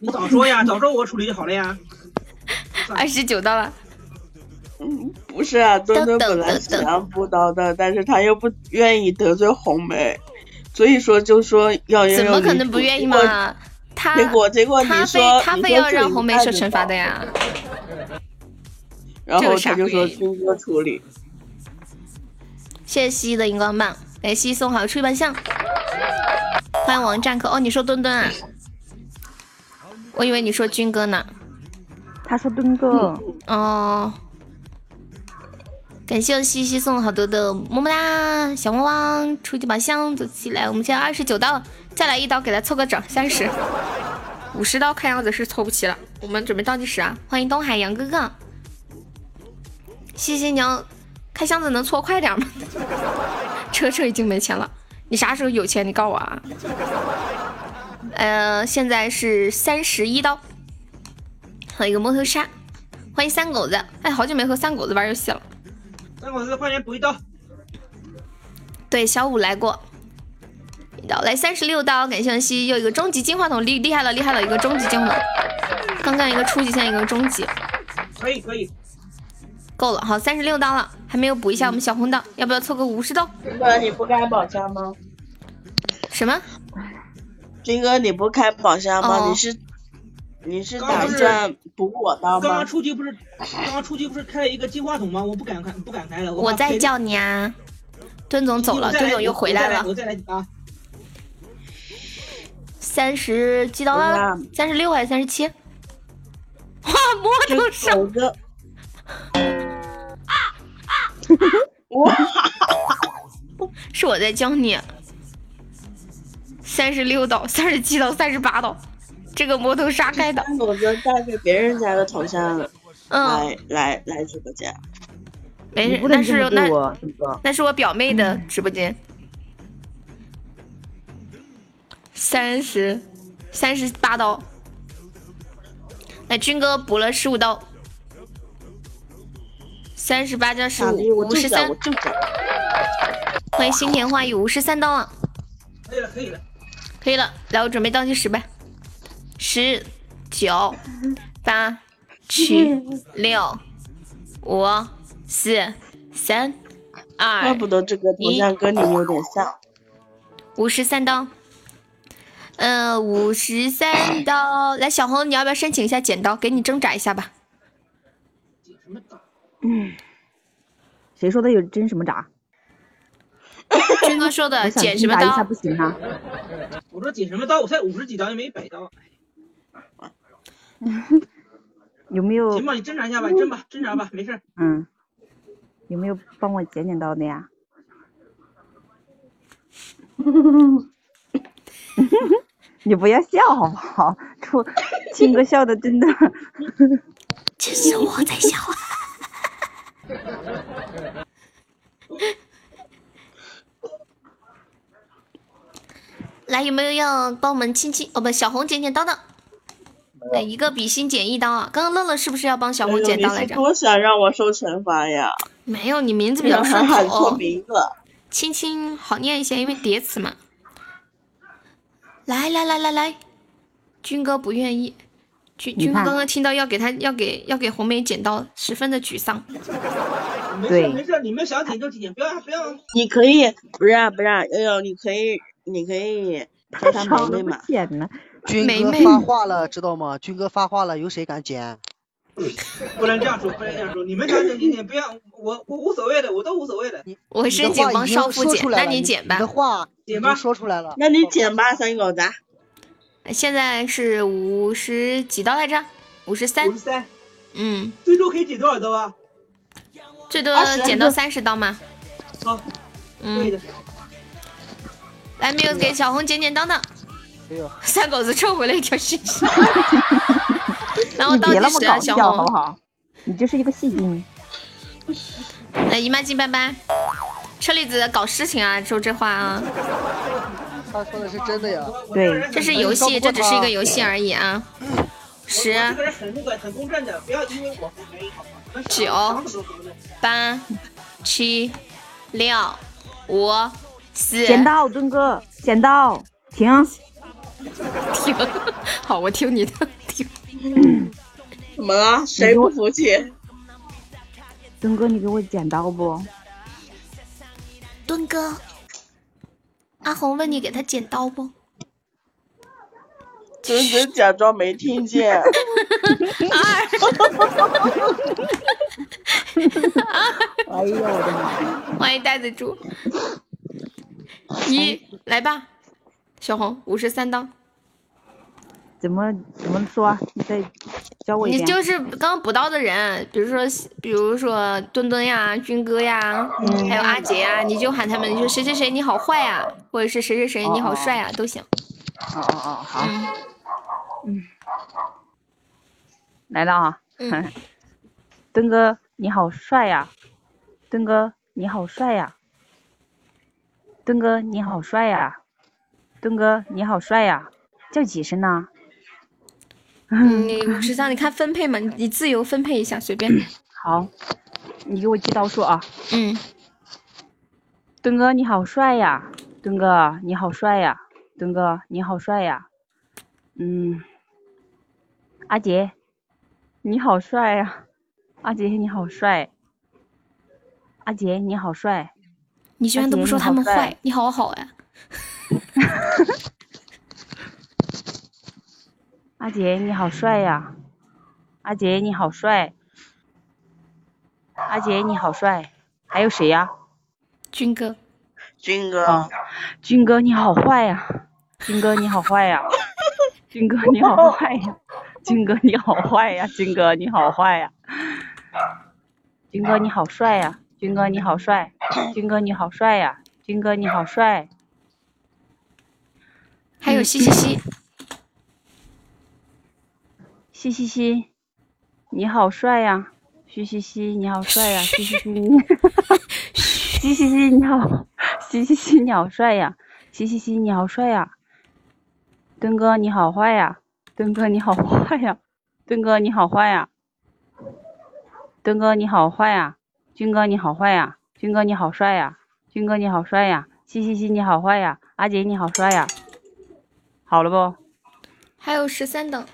你早说呀，早说我处理就好了呀。
二十九刀了，
不是啊，墩墩
等
本来
等
想要补刀的，但是他又不愿意得罪红梅，所以说就说要
怎么可能不愿意？嘛？他
结果结果你
他非
说
他
你
非
说
要
自己
让红梅
带
受
着
惩罚
走
的呀？
然
这有
后
啥
他就说
原因
军哥处理，
谢谢西的荧光棒，感谢西送好处一百项，欢迎王占客。哦，你说墩墩啊？我以为你说军哥呢。
他说墩哥，
哦，感谢西西送了好多的么么哒，小汪汪，出去宝箱走起来，我们现在二十九刀，再来一刀给他凑个整，三十，五十刀看样子是凑不齐了，我们准备倒计时啊！欢迎东海洋哥哥，西西娘，开箱子能搓快点吗？车车已经没钱了，你啥时候有钱你告我啊？呃，现在是三十一刀，还有一个摩托沙。欢迎三狗子，哎，好久没和三狗子玩游戏了。
三狗子，快点补一刀！
对，小五来过，一刀来三十六刀，感谢恩熙又一个终极金话筒，厉厉害了，厉害了，一个终极金话筒，刚刚一个初级，现在一个终极，
可以可以，
够了，好，三十六刀了，还没有补一下我们小红刀，要不要凑个五十刀？
军哥你不开宝箱吗？
什么？
军哥你不开宝箱
哦
吗？你是你是
刚
打
不是
算补我刀
刚刚
吗？
出去不是刚刚出去不是开了一个金话筒吗？我不敢开，不敢开了。
我
怕
在
赔
叫你啊，墩总
你
走了，
我再来
墩总又回来了，
我再来我再来啊！
三十几刀了，三十六还是三十七？ 哇，摩托车
狗 子，
是我在教你。三十六刀、三十七刀、三十八刀，这个魔头杀开的。
狗子带着别人家的头像
嗯，
来来来直播间，
没
你
事，
不
哎那
能
是
这么
那
对我，墩哥。
那是我表妹的
嗯
直播间。三十，三十八刀。那军哥补了十五刀，三十八加十
傻逼，
五，
我
五
就
十
想
三
我。就想，
欢迎新田花语，五十三刀啊！
可以了可以了，
可以了，来，我准备倒计时呗，十、 九、八、七、六、五、四、三、
怪
二
不、得这个头像跟你有点像。
五十三刀。嗯，五十三刀。来，小红，你要不要申请一下剪刀？给你挣扎一下吧。
嗯谁说的有真什么闸？
军哥 说
我
的，
想
剪什
挣
么
扎一下
刀
不？行 啊？
我说解什么刀？我才五十几刀，又没一百刀。
有没有
行吧，你挣扎一下吧，挣吧，挣扎吧，没事儿。
嗯？有没有帮我剪剪刀的呀？ 你不要笑好不好？出庆哥笑的真的，
这是我在笑啊。来，有没有要帮我们亲亲？哦，不，小红剪剪刀的。哎，一个比心剪一刀啊！刚刚乐乐是不是要帮小
哎呦
红剪刀
你
来
是
着？
多想让我受惩罚呀！
没有，你名字比较
然
哦
后还
顺
喊错
哦
口。
名字，
亲亲好念一些，因为叠词嘛。来来来来来，军哥不愿意。军
你
军哥
看
刚刚听到要给他要给要给红梅剪刀，十分的沮丧。
没事
对
儿没事儿，你们想剪就剪，不要不要。
你可以不是啊不是啊，悠悠，你可以你可以叫他
少
梅梅
了不
嘛，
剪呢。
军
军
梅哥
哥
梅发
发话了，知道吗？军哥发话了，有谁敢捡？
不能这样说，不能这样说，你们想剪就剪，不要我我无所谓的，我都无所谓的。
我申请帮少妇剪，那你剪吧
你的。话
剪
已
吧
经说出来了，
那你剪吧，三狗子。
现在是五十几刀来着？五十
五
三
十，三，
嗯，
最多可以剪多少刀啊？
最多
20
减到三十刀嘛。
好，可
嗯，
以的。
来
哎
没有给小红剪剪刀的。三狗子撤回了一条信 息。然后
你
倒
别那
计
么
时
搞
啊，小
笑好不
红。
好？你就是一个戏精。
来，姨妈巾拜拜。车厘子搞事情啊，说这话啊，
他说的是真的呀。
我我
对
个人很
这是
公
游
搞
戏，
不
这
过
只是一
他
个游戏而已啊。十
我这个人很那个很公正的，不要因为我怀疑好吗？你们想
九
想什么什么的
八七六五四，
剪 刀，墩哥，剪刀，停，
停，好，我听你的，停。
怎 么了？谁不服气？
墩哥，你给我剪刀不？
墩哥，阿红问你给他剪刀 不？
只是假装没听见。
二，哎呦我的妈！欢迎袋子猪，一来吧，小红五十三刀，
怎么怎么说？你再教我一
你
遍。
就是刚刚补刀的人，比如说比如说墩墩呀、军哥呀，还有阿杰呀，你就喊他们，你说谁谁谁你好坏呀，或者是谁谁谁你好帅呀，都行。
哦哦哦，好，
嗯
来了啊。
嗯。
墩哥你好帅呀，墩哥你好帅呀，墩哥你好帅呀，墩哥你好帅呀，叫几声呢？
你五十三，你看分配嘛，你你自由分配一下，随便。
好，你给我记刀数啊。
嗯。
墩哥你好帅呀，墩哥你好帅呀，墩哥你好帅呀。嗯，阿杰，你好帅呀、阿杰你好帅，阿杰你好帅。
你居然都不说他们坏，你好好呀、
阿杰你好帅呀！阿杰你好帅！阿杰你好帅！还有谁呀？
军哥。
军哥。啊，军哥你好坏呀！军哥你好坏呀！军哥你好坏呀！军哥你好坏呀！军哥你好坏呀！军哥你好帅呀！军哥你好帅！军哥你好帅呀！军哥你好帅！嗯
还有嘻嘻嘻。
嘻嘻嘻，你好帅呀！嘻嘻嘻，你好 帅呀！嘻嘻嘻，你嘻嘻嘻，你好，嘻嘻嘻，你好帅呀！嘻嘻嘻，你好帅呀！墩哥你好坏呀！墩哥你好坏呀！墩哥你好坏呀！墩哥你好坏呀！军哥你好坏呀！军哥你好帅呀！军哥你好帅啊呀！嘻嘻嘻，你好坏呀！阿杰你好帅呀！好了不？
还有十三等，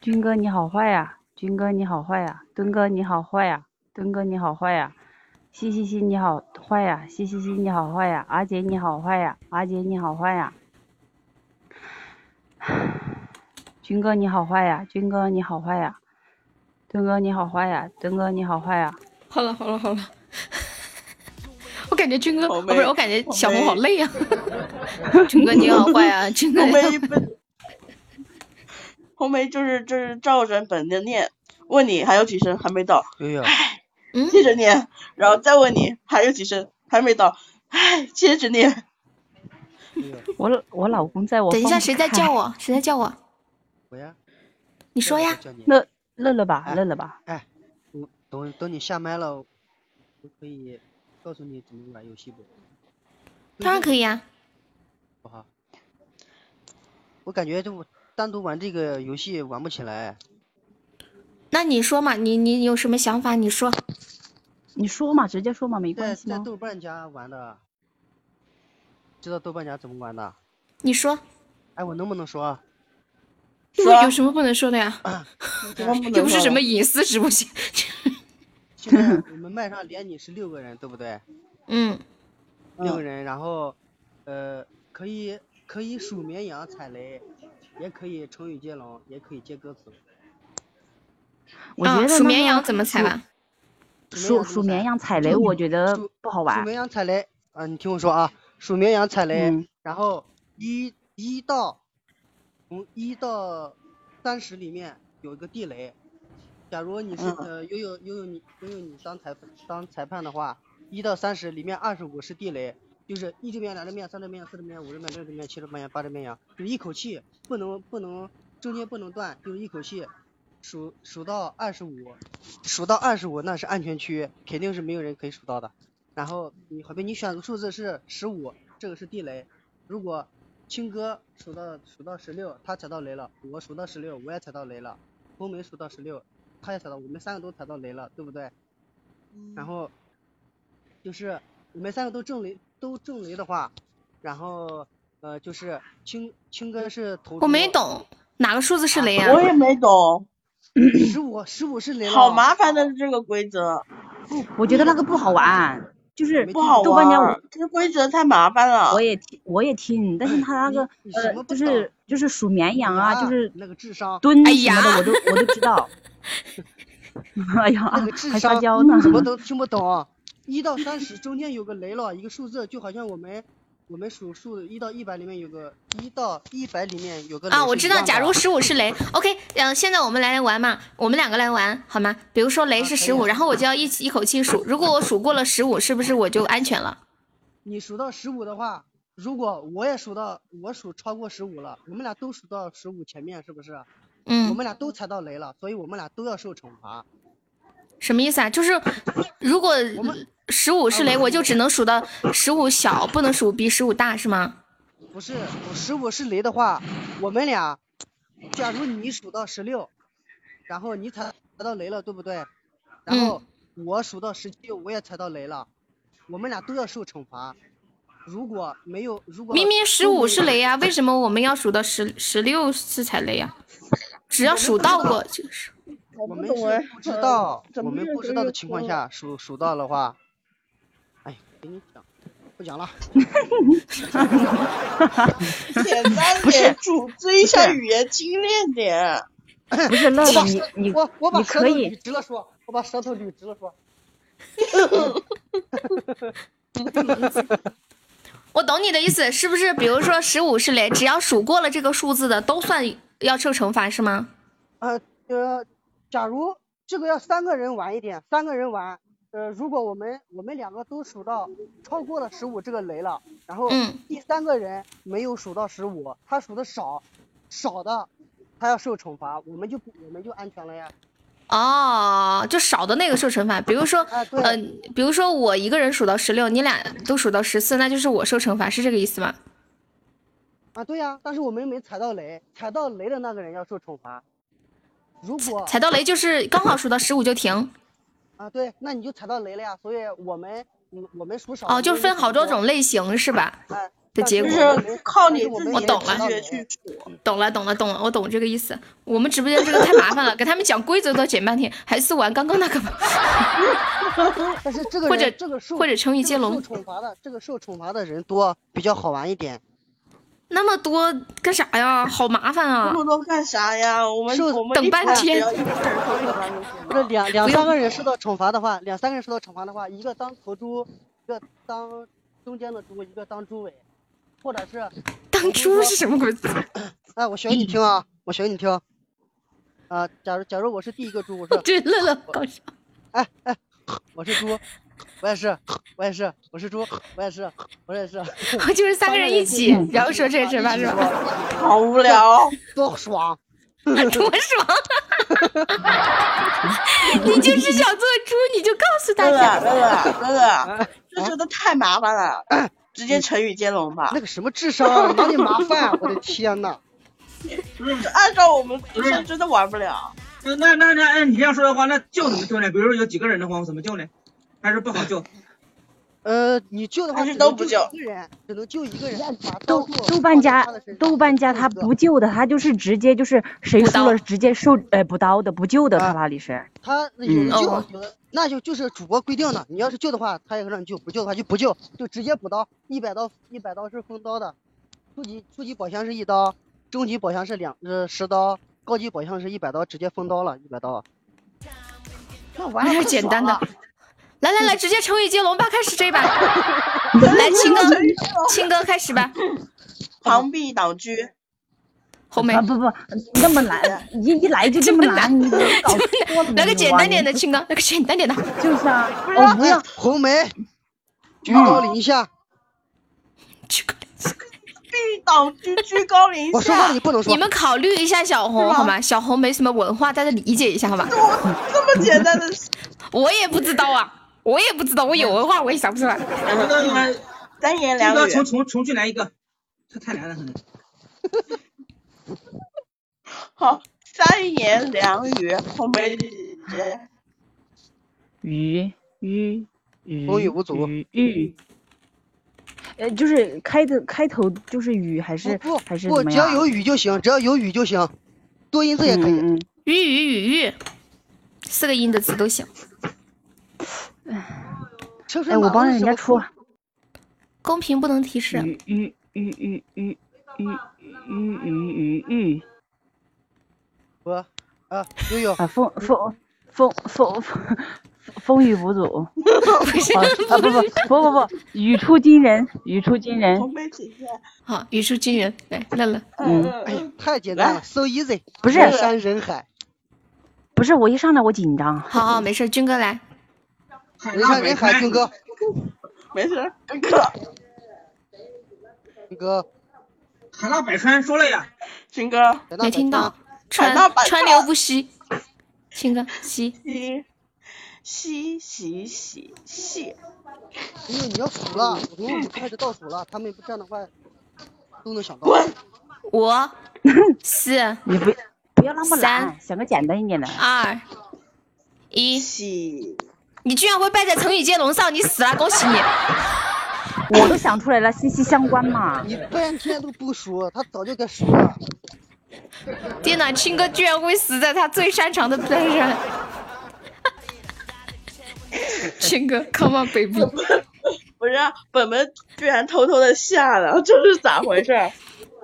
军哥你好坏呀，军哥你好坏呀，墩哥你好坏呀，墩哥你好坏啊呀，嘻嘻嘻你好坏啊呀，嘻嘻嘻你好坏呀，阿杰你好坏呀，阿杰你好坏啊呀，军哥你好坏呀，军哥你好坏呀，墩哥你好坏呀，墩哥你好坏啊呀，
好了好了好了， 我感觉军哥，哦、不是，我感觉小红好累呀、 军 哥你好坏啊呀，军哥
红
你
梅
好
本，红梅就是就是照着本子念，问你还有几声还没到，唉，
嗯
接着念，然后再问你还有几声还没到，唉，接着念。
我我老公在我
等一下
放不
谁在
开
叫我？谁在叫我？
我呀，
你说呀。
乐乐乐吧，乐乐吧，
哎，我等等你下麦了，我可以告诉你怎么玩游戏不？
当然可以啊呀、
不好，我感觉就单独玩这个游戏玩不起来。
那你说嘛，你你有什么想法？你说。
你说嘛，直接说嘛，没
在在豆瓣家玩的，知道豆瓣家怎么玩的？
你说。
哎，我能不能说？
有有什么不能说啊的呀？
能
又不是
说
什么
的
隐私直播间。
现在 我们麦上连你是六个人，对不对？
嗯，
六个人，然后呃，可以可以数绵羊踩雷，也可以成语接龙，也可以接歌词。
我觉得
啊、数
那
绵
个
羊怎么踩
数
吧？
数数绵羊踩雷，我觉得不好
数
玩。
绵羊踩雷啊，你听我说啊，数绵羊踩雷，
嗯
然后一一到从一到三十里面有一个地雷，假如你
嗯
是、呃悠悠悠悠你悠悠你当裁当裁判的话，一到三十里面二十五是地雷，就是一只绵羊、两只绵羊、三只绵羊、四只绵羊、五只绵羊、六只绵羊、七只绵羊、八只绵羊，就是一口气不能不能中间不能断，就是一口气数数到二十五，数到二十五那是安全区，肯定是没有人可以数到的。然后你好比你选个数字是十五，这个是地雷。如果青哥数到数到十六，他踩到雷了；我数到十六，我也踩到雷了；红梅数到十六，他也踩到，我们三个都踩到雷了，对不对？然后就是我们三个都中雷，都中雷的话，然后呃就是青青哥是头，
我没懂哪个数字是雷啊？
我也没懂。
十五十五是雷了，
好麻烦的这个规则，
我觉得那个不好玩，就是
不好
豆瓣家
玩
啊
我
儿，这个规则太麻烦了。
我也听我也听，但是他那个
你什
呃
么哎
就是就是数绵羊啊，就是
那个智商
蹲
哎
什么的，
呀
我都我都知道， 哎呀，
那个智
还
商嗯
撒
嗯
娇呢
什么都听不懂。一到三十中间有个雷了，一个数字，就好像我们我们数数一到一百里面有个一到一百里面有个
啊，我知道，假如
是
十五是雷，OK，嗯、呃，现在我们来玩嘛，我们两个来玩好吗？比如说雷是十五、然后我就要一起一口气数，如果我数过了十五，是不是我就安全了？
你数到十五的话，如果我也数到我数超过十五了，我们俩都数到十五前面，是不是？
嗯
我们俩都踩到雷了，所以我们俩都要受惩罚。
什么意思啊？就是如果十五是雷，我就只能数到十五小，不能数比十五大，是吗？
不是，十五是雷的话，我们俩，假如你数到十六，然后你踩到雷了，对不对？然后我数到十七，我也踩到雷了，我们俩都要受惩罚。如果没有，如果
明明十五是雷啊
呀、
呀、为什么我们要数到十十六次才雷呀、只要数到过就是。
我们是不知道，我们不知道的情况下数数到的话，哎，给你讲，不讲了。
简 单点，主追一下语言精炼点。
不是乐
我把
乐，你你
我我把
你
舌
可
头
以
捋直了说，我把舌头捋直了说。
我懂你的意思，是不是？比如说十五是雷，只要数过了这个数字的，都算要受惩罚，是吗？
呃呃，假如这个要三个人玩一点，三个人玩，呃，如果我们我们两个都数到超过了十五这个雷了，然后
嗯
第三个人没有数到十五，他数的少，少的他要受惩罚，我们就不我们就安全了呀。
哦，就少的那个受惩罚。比如说，
啊
呃，比如说我一个人数到十六，你俩都数到十四，那就是我受惩罚，是这个意思吗？
啊，对呀、但是我们没踩到雷，踩到雷的那个人要受惩罚。如果
踩到雷就是刚好数到十五就停。
啊，对，那你就踩到雷了呀。所以我们嗯我们数少
哦，就是分好多种类型是吧？
啊
的结果
就是靠你
我
自
们
己
我
的
懂了
直觉去处。
懂了，懂了，懂了，我懂这个意思。我们直播间这个太麻烦了，给他们讲规则都讲半天，还是玩刚刚那个吧。
但是这个
或者
人这个受
或者成语
这
接
个
龙
受惩罚的这个受惩罚的人多比较好玩一点。
那么多干啥呀？ 好麻烦啊！
那么多干啥呀？我们我们
等
一
半
盘只
天
要一个人受惩罚 就行
不是
了。
两两
不用
三个人受到惩罚的话，两三个人受到惩罚的话，一个当头猪，一个当中间的猪，一个当猪尾，或者是
当猪是什么鬼？
哎，我学你听啊，我学你听。啊，假如假如我是第一个猪，我是
对乐乐搞笑。
哎哎，我是猪，我也是，我也是，我是猪，我也是，我也是。
我就是三个人一起，然后说这惩罚是吧？
好无聊，
多爽！
多爽！ 你就是想做猪，你就告诉大
乐乐
家。
乐乐乐 乐，这真的太麻烦了，直接成语接龙吧
那。个什么智商啊，哪里麻烦？我的 天呐！
按照我们自身真的玩不了。
那那那那按你这样说的话，那救怎么救呢？比如说有几个人的话，我怎么救呢？还是不好救？
呃，你救的话
还是
只能
都不
救
救
一个人，只能救一个人，把
豆
刀剁
豆瓣家
放在他的身上
豆瓣家他不救的，他就是直接就是谁输了直接受哎补刀的不救的，
啊
他那里是。
他有的救，
嗯
有的那就就是主播规定的，你要是救的话，他也让你救；不救的话就不救，就直接补刀。一百刀，一百刀是封刀的，初级初级宝箱是一刀，中级宝箱是两呃十刀，高级宝箱是一百刀，直接封刀了，一百刀。啊那玩
还
意
是
儿
简单的
爽啊，
来
嗯
来来，直接成语接龙吧，开始这一把。 来，青哥，青哥 开始吧。
螳臂挡车，
后面
啊不不，那么难，一一来就这么 难，你搞错了。
来个简单点的，青哥，来个简单点的。
就是啊，我不要嗯
哎，红梅，举高临下。
臂挡车，居高临下。
我说话你不能说
你。们考虑一下小红好吗？小红没什么文化，大家理解一下好 吗？
这么简单的，
我也不知道啊，我也不知道，我有文化我也想不出来。
那个
三言
这
两
个
语。
重重重新来一个，这太难了，可能。
好，三言两语，红梅
鱼鱼鱼，
风雨无阻
鱼鱼。呃，就是开头开头就是雨还是
不
还是
不，
怎么
只要
样？啊
有雨就行，只要有雨就行，多音字也可以。
嗯嗯
鱼鱼鱼鱼，四个音的词都行。
车
哎，
水马
我
龙
帮
是
人
什
家
么
出
鬼。
公屏不能提示，
鱼鱼鱼鱼鱼鱼鱼鱼鱼鱼。
不，啊，悠悠
啊，风风风风风风雨无阻，
不是
啊啊不不不不不，语出惊人，语出惊人，
妹姐姐，
好，语出惊人，来乐乐，
呃
嗯，
哎呀，太简单了，so easy，
不是
人山人海，
不是我一上来我紧张，
好好哦没事，军哥来，
人山人海，军哥，
没事，哥哥，
军哥，
海纳百川说了呀，
军哥，
没听到，川
海纳百
川
川
流不息，亲哥息，
吸吸吸吸吸，
因为你要数了，我说你开始倒数了，他们不这样的话都能想到。
滚！
五 四
你不不要那么
三
懒，想个简单一点的，
二一，
吸，
你居然会败在成语接龙上，你死了，啊恭喜你！
我都想出来了，息息相关嘛，
你半天都不说，他早就该说了。
天呐，青哥居然会死在他最擅长的部分上。青哥，come on baby，
不是，本本居然偷偷的下了，这是咋回事？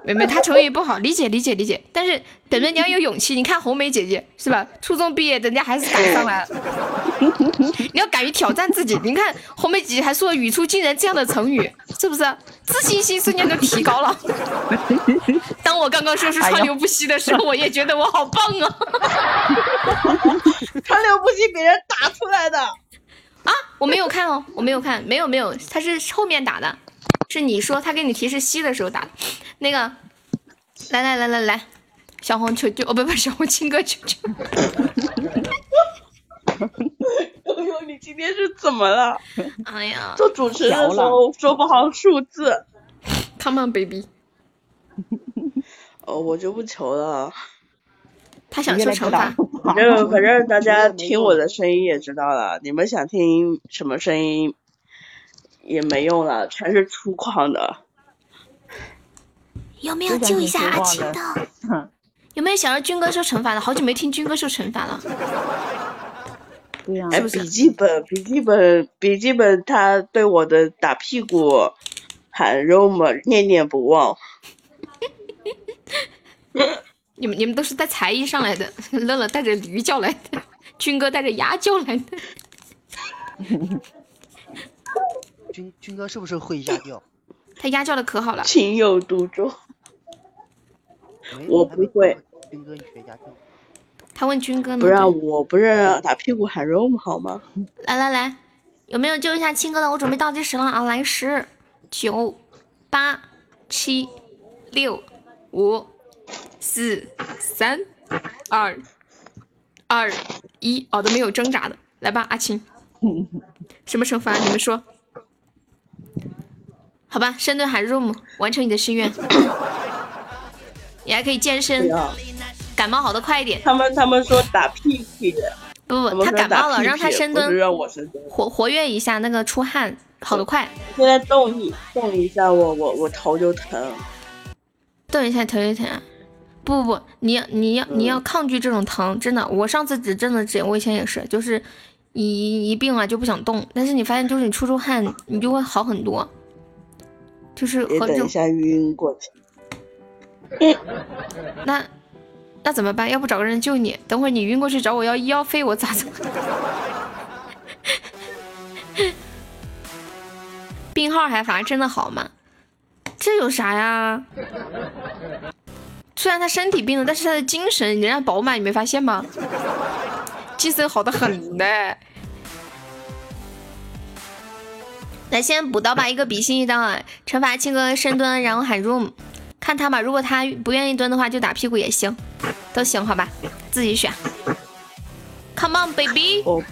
妹妹，他 成语不好，理解理解理解。但是等着你要有勇气，你看红梅姐姐是吧？初中毕业，人家还是打上来了。 你要敢于挑战自己。你看红梅姐姐还说了“语出惊人”这样的成语，是不是？自信心瞬间就提高了。当我刚刚说是
哎
川流不息的 时候，我也觉得我好棒啊！
川流不息，别人打出来的。
啊，我没有看哦，我没有看，没有没有，他是后面打的，是你说他给你提示西的时候打的。那个，来来来来来，小红求救哦，不不，小红青哥求救。
悠悠，哎你今天是怎么了？
哎呀
做主持人的时候说不好数字，
，Come on baby，
哦，我就不求了。
他想受惩罚。
反正反正大家听我的声音也知道了，你们想听什么声音也没用了，全是粗犷的。
有没
有救一下阿青的？
有没有想让军哥受惩罚的？好久没听军哥受惩罚了。
对呀，
哎，笔记本，笔记本，笔记本，他对我的打屁股喊 Roma 念念不忘。
你们你们都是带才艺上来的，乐乐带着驴叫来的，军哥带着鸭叫来的。
军军哥是不是会一下调？
他鸭叫的可好了，
情有独钟。
没
我
还没
不会
看过军哥一学一下调。
他问军哥呢
不。让我不是打屁股喊 Roma 好吗？
来来来，有没有救一下青哥的？我准备倒计时了啊！来，十、九、八、七、六、五、四、三、二、二、一，哦，都没有挣扎的，来吧，阿青，什么惩罚？你们说？好吧，深蹲喊 room，完成你的心 愿。你还可以健
不
身，
要。
感冒好的快一点。
啊他们他们说打屁屁，
不不
他
不，
们
他
说
感冒
打
了，
屁
让他
屁
深
不是
蹲，
让我深蹲。
活活跃一下，那个出汗好的快。
现在动一动一下，我我我头就疼。
动一下头就疼啊。不不不，你要你要你
嗯
要抗拒这种疼，真的。我上次指真的指，我以前也是，就是一一病啊了就不想动，但是你发现就是你出出汗，你就会好很多，就是
也
和这
等一
种
下晕过去。
那那怎么办？要不找个人救你？等会儿你晕过去找我要医药费，我咋整？ 病号还罚真的好吗？这有啥呀？虽然他身体病了，但是他的精神仍然饱满，你没发现吗？精神好的很呢。来，先补刀吧，一个比心一刀啊！惩罚青哥深蹲，然后喊 room，看他吧。如果他不愿意蹲的话，就打屁股也行，都行，好吧，自己选。Come on baby！
我我哦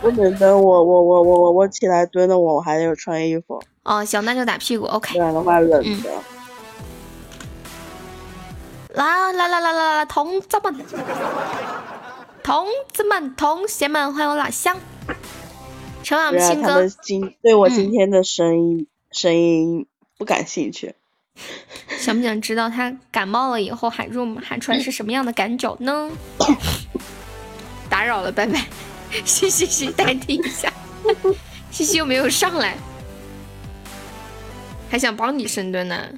不能蹲，我我我我我我起来蹲的，我还有穿衣服，
哦，行，那就打屁股，OK 嗯
不。然的话冷的。
啦啦啦啦啦啦！同志们，同志们，同学们，欢迎我老乡！惩罚我
不
们
然
青
啊他
哥
们，今对我
嗯
今天的声音、声音不感兴趣。
想不想知道他感冒了以后喊 room 喊出来是什么样的感脚呢？打扰了，拜拜。 嘻嘻嘻，代替一下。 嘻嘻又没有上来，还想帮你深蹲呢？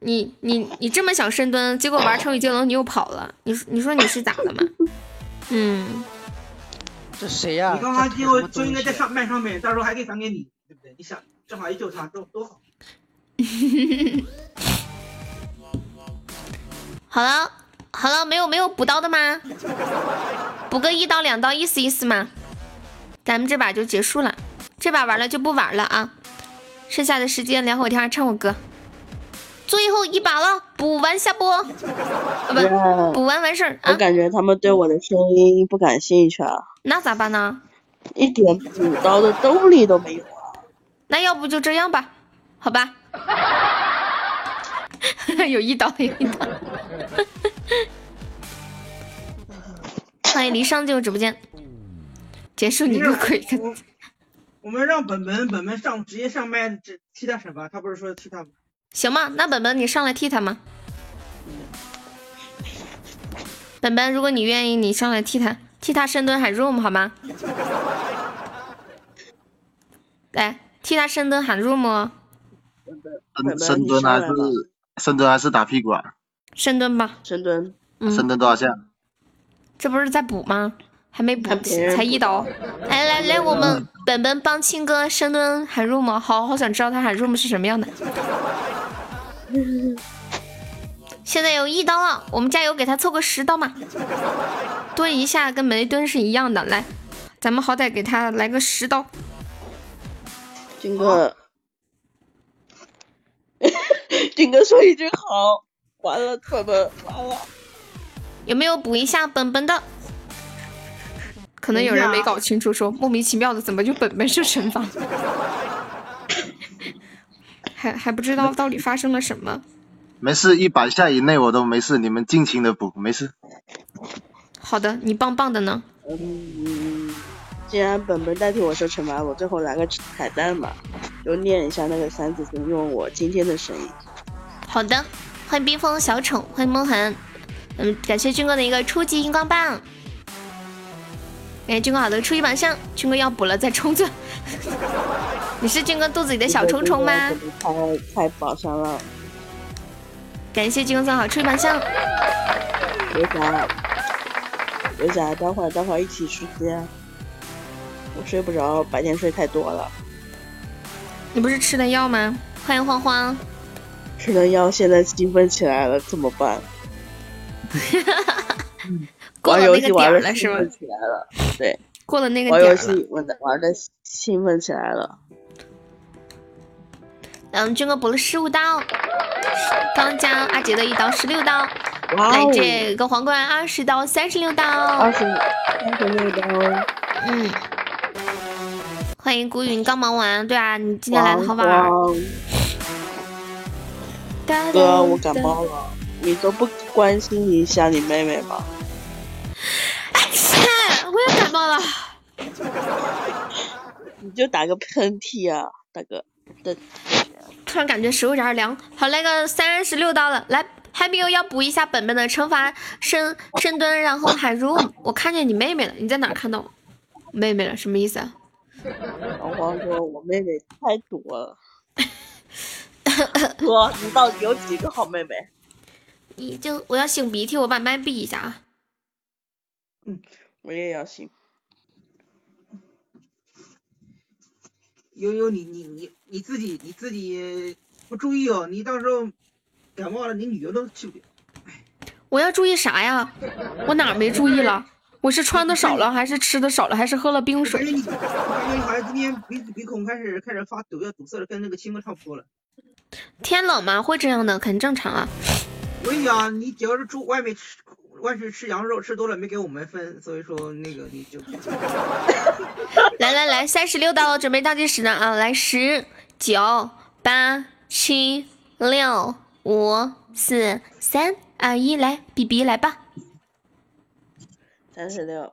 你你你这么想深蹲，结果玩成语接龙你又跑了，你说你说你是咋的嘛？嗯，
这谁呀、
你刚刚
这
机
什么
会
东
就应该在
西啊
上麦上面，到时候还可以返给你，对不对？你想正好一九场，多多 好。
好了好了，没有没有补刀的吗？补个一刀两刀，意思意思嘛。咱们这把就结束了，这把玩了就不玩了啊。剩下的时间聊会儿天儿，唱会儿歌。最后一把了，补完下播，啊 不，补完完事儿
我
啊。
感觉他们对我的声音不感兴趣啊，
那咋办呢？
一点补刀的动力都没有啊。
那要不就这样吧，好吧？ 有一刀，有一刀。 欢迎离殇进入直播间，结束你
没事
个鬼！
我我们让本本本本上直接上麦，直替他审吧。他不是说替他吗？
行吗？那本本你上来替他吗？本本，如果你愿意，你上来替他替他深蹲喊 room 好吗？来，哎替他深蹲喊 room，哦
深深蹲还是深蹲还是打屁股啊？
深蹲吧。
深蹲。
嗯。
深蹲多少下？
这不是在补吗？还没补，
别人嗯
才一刀。来来来，我们本本帮青哥深蹲喊 room，好好想知道他喊 room 是什么 样的。现在有一刀了，我们加油给他凑个十刀嘛，蹲一下跟没蹲是一样的。来，咱们好歹给他来个十刀。
金哥， 金哥说一句好，完了，本本完了。
有没有补一下本本的？可能有人没搞清楚说，莫名其妙的怎么就本本是惩 罚？还还不知道到底发生了什么。
没事，一百下以内我都没事，你们尽情的补，没事。
好的，你棒棒的呢。
嗯，既然本本代替我受惩罚，我最后来个彩蛋吧，就念一下那个《三字经》，用我今天的声音。
好的，欢迎冰封小宠，欢迎梦涵，嗯，感谢军哥的一个初级荧光棒，感谢军哥好的初级榜上，军哥要补了再冲钻。 你是军哥肚子里的小虫虫吗？
太太宝箱了，
感谢军哥送好初级榜上，
有啥有啥，待会儿待会儿一起吃鸡啊。我睡不着，白天睡太多了，
你不是吃了药吗？欢迎欢欢。
吃了药现在兴奋起来了，怎么办？
过
玩
了
游
那
戏
个
玩
点儿
的
了是
兴
吗？
奋起来了，对，
过了那个
玩
点
游
儿了。
戏玩的玩的兴奋起来了。
嗯，军哥补了十五刀，刚加阿杰的一刀，十六刀。
哇哦
来这个皇冠二十刀，三十六刀。二
十三十六刀。
嗯。欢迎孤云刚忙完，对啊，你今天来的好晚。
王哥，啊我感冒。了，你都不关心一下你妹妹吗？
哎我也感冒了。
你就打个喷嚏啊，大哥。对，
突然感觉手有点凉。好，来个三十六刀了，来，还没有要补一下本本的惩罚深深蹲，然后喊 room。我看见你妹妹了，你在哪儿看到我妹妹了？什么意思啊？
老黄说，我妹妹太 多了。哥，你到底有几个好妹妹？
已经，我要擤鼻涕，我把麦闭一下啊。
我也要信。
悠悠，你你你你自己你自己不注意哦，你到时候感冒了，你旅游都去不了。
我要注意啥呀？我哪儿没注意了？我是穿的少了，还是吃的少了，还是喝了冰水？
我感觉你好像今天鼻子鼻孔开始开始发抖，要堵塞了，跟那个青哥差不多了。
天冷嘛，会这样的，很正常啊。
我跟你讲，你只要是住外面吃，外面吃羊肉吃多了没给我们分，所以说那个你就。
来来来，三十六到了，准备倒计时呢啊！来，十九八七六五四三二一，来，B B 来吧。
三十六，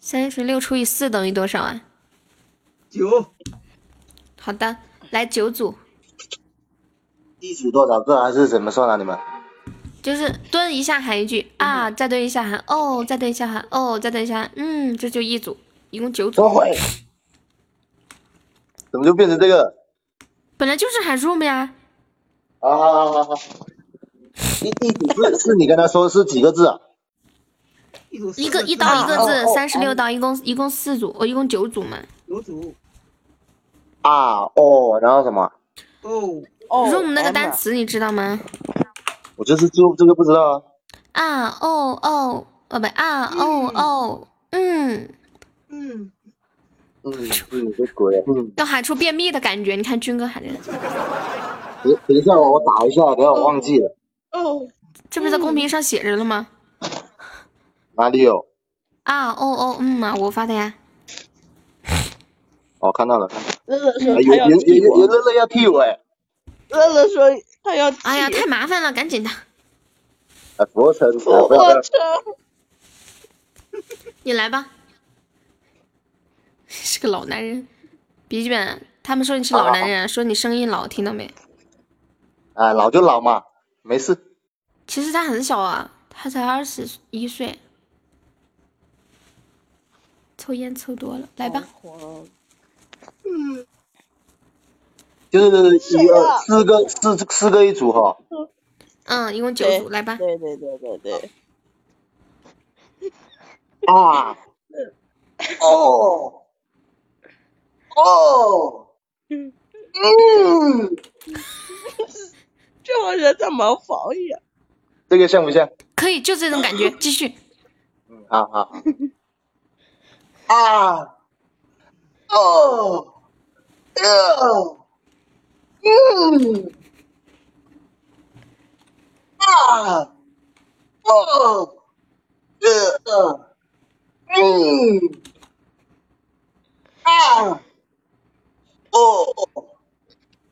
三十六除以四等于多少啊？
九。
好的，来九组，
地主多少个还是怎么算啊？你们？
就是蹲一下喊一句啊，再蹲一下喊哦，再蹲一下喊哦，再蹲一下喊嗯，这就一组，一共九组。
怎么就变成这个？
本来就是喊 room 呀，
好好好好好。地地主是是你跟他说是几个字啊？
一组
一个一刀一
哦
个
哦
字，三十六
刀
刀，一共一共四组，哦我一共九组嘛。
有组
啊哦，然后什么？
哦
room 那个单词你知道吗？
我这次做这个不知道啊。
啊哦哦，哦不啊哦哦，嗯，
嗯，
嗯嗯，这鬼啊。嗯，
要喊出便秘的感觉。你看军哥喊的，
等等一下哦我我打一下，等一下我忘记了
哦，这不是在公屏上写着了吗？
哪里有。
啊哦哦嗯啊，我发的呀。
哦，看到了，看
嗯
到了。
乐乐说
哎有有有
他要替
啊
有有
我，
乐乐要替我哎。
乐乐说他要替。
哎呀，太麻烦了，赶紧的。
啊，俯卧撑，
我
啊不要不要。
你来吧，是个老男人，笔记本。他们说你是老男人，说你声音老，听到没？
啊，老就老嘛，没事。
其实他很小啊，他才二十一岁。抽烟抽多了，来吧。
嗯，
就是一
谁啊
二四个四四个一组哈、
嗯，一共九组，来吧。
对对对对对，
啊哦哦，嗯，
这帮人在忙防疫啊。
这个像不像？
可以，就这种感觉。继续。
嗯，好好。啊哦呃嗯啊哦呃嗯啊哦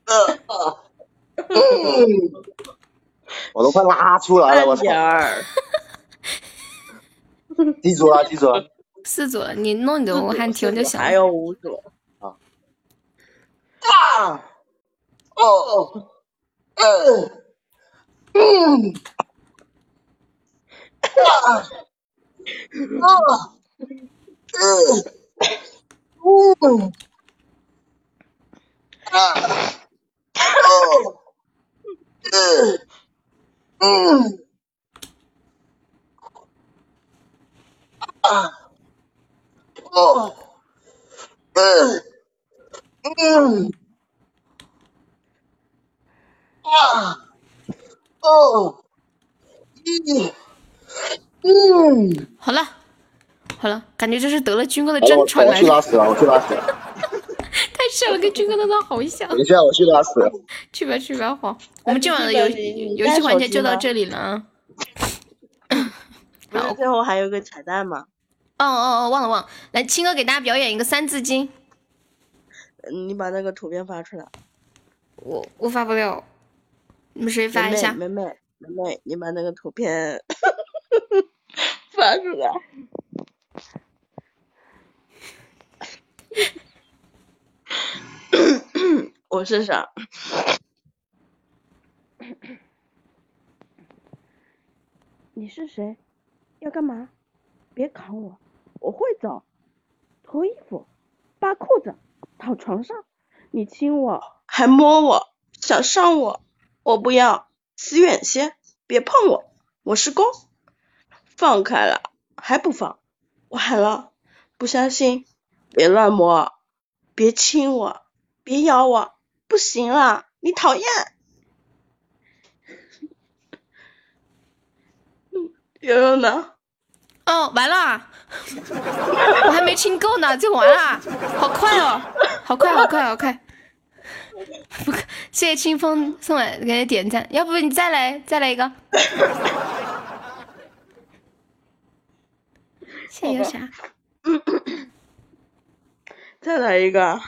呃嗯，我都快拉出来了，我 操！
慢点儿，
记住了，记住了。
四组了，你弄你的武汉停就行
还
了。
有五组。
啊哦呃嗯啊啊呃嗯啊哦呃嗯啊哦呃嗯啊哦一嗯。
好了，好了，感觉这是得了军哥的
好了，
真
我
传
我
来
去
的，
拉屎了，我去拉屎了。
太像了，跟军哥的那好像
等。一下，我去拉屎了。
去吧去吧，好，我们今晚的
你
游
你你
游戏
带
环
手
节
机
就到
吗
这里了 啊。
不是最后还有个彩蛋吗？
哦哦哦，忘了忘了，来，青哥给大家表演一个《三字经》，
嗯你把那个图片发出来。
我我发不了，你们谁发一
梅
下？
梅梅梅梅梅，你把那个图片发出来。 我试试啊。
你是谁？要干嘛？别扛我，我会走。脱衣服，扒裤子，躺床上，你亲我，
还摸我，想上我，我不要，死远些，别碰我，我是公。放开了，还不放，我喊了，不相信，别乱摸，别亲我，别咬我，不行啦，你讨厌。圆圆呢？
哦，完了，我还没亲够呢，就完了，好快哦，好快，好快，好快！不可，谢谢清风送来给点赞，要不你再来再来一个？现在有啥？
再来一个。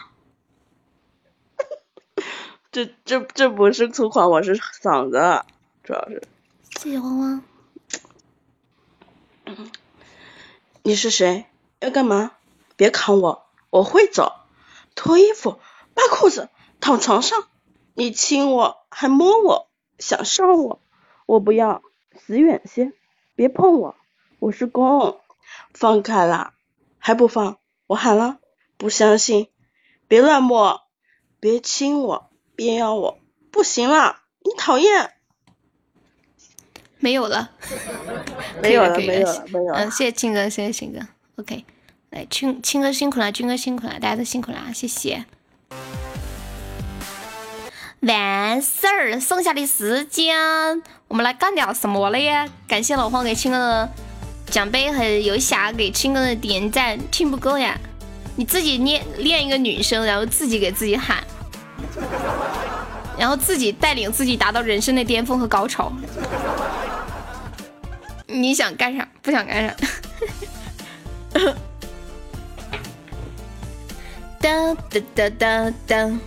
这这这不是粗狂，我是嗓子，主要是。
谢谢汪汪。
你是谁？要干嘛？别扛我，我会走。脱衣服，扒裤子，躺床上。你亲我，还摸我，想上我，我不要，死远些，别碰我，我是公。放开啦，还不放？我喊了，不相信，别乱摸，别亲我，别咬我，不行啦，你讨厌。
没有了，
没有了
可以
没有了没有了
嗯，谢谢青哥，谢谢青哥，OK，来，青青哥辛苦啦，军哥辛苦啦，大家都辛苦啊啦，谢谢。完事儿，剩下的时间我们来干点什么了呀？感谢老黄给青哥的奖杯和游侠给青哥的点赞，听不够呀？你自己练练一个女生，然后自己给自己喊，然后自己带领自己达到人生的巅峰和高潮。你想干啥？不想 干啥？当当当当当。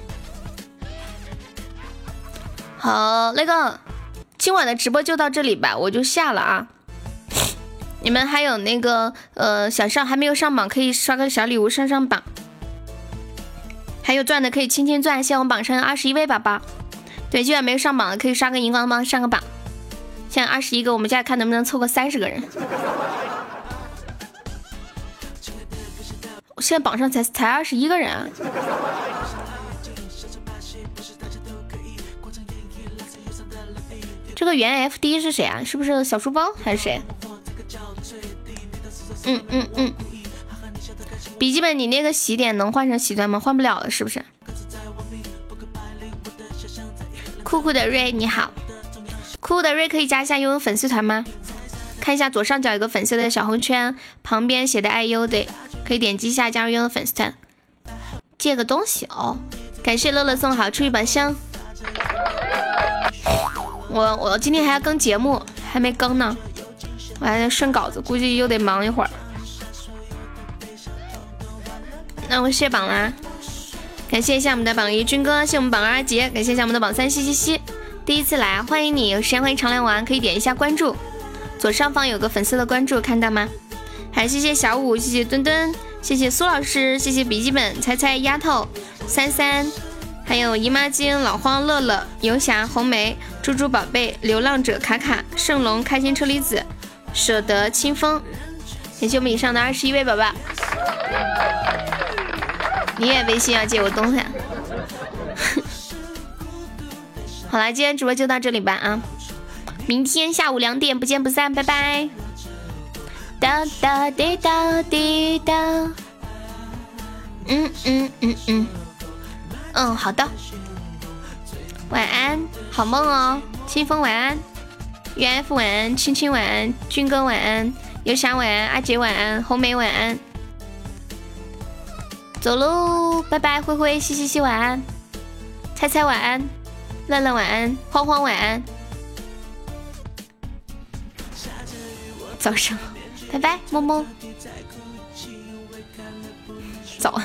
好，那个今晚的直播就到这里吧，我就下了啊。你们还有那个呃，想上还没有上榜，可以刷个小礼物上上榜。还有钻的可以亲亲钻，谢谢我们榜上的二十一位宝宝。对，今晚没有上榜的可以刷个荧光棒上个榜。现在二十一个，我们现在看能不能凑个三十个人。我现在榜上才才二十一个人啊！这个原 FD 是谁啊？是不是小书包还是谁？啊嗯嗯嗯。笔记本，你那个洗点能换成洗钻吗？换不了了，是不是？酷酷的瑞你好，酷酷的瑞可以加一下悠悠粉丝团吗？看一下左上角有个粉色的小红圈，旁边写的爱优的，可以点击一下加入悠悠粉丝团。借个东西哦，感谢乐乐送好出一本箱。我我今天还要更节目，还没更呢，我还在顺稿子，估计又得忙一会儿。那我卸榜啦，感谢一下我们的榜一军哥，谢我们榜二阿杰，感谢一下我们的榜三西西西，第一次来啊，欢迎你，有时间欢迎常来玩，可以点一下关注，左上方有个粉丝的关注，看到吗？还谢谢小五，谢谢墩墩，谢谢苏老师，谢谢笔记本、猜猜、丫头、三三，还有姨妈巾、老荒、乐乐、游侠、红梅、猪猪宝贝、流浪者卡卡、圣龙、开心车厘子、舍得、清风，感谢我们以上的二十一位宝宝。你也微信要借我东西啊？好啦，今天直播就到这里吧啊！明天下午两点不见不散，拜拜。哒哒滴哒滴哒，嗯嗯嗯嗯，嗯，好的，晚安，好梦哦，清风晚安，袁 F 晚安，青青晚安，军哥晚安，游侠晚安，阿杰晚安，红梅晚安，走喽，拜拜，灰灰，西西西晚安，猜猜晚安，乐乐晚安，欢欢晚安。早上，拜拜，么么，早安。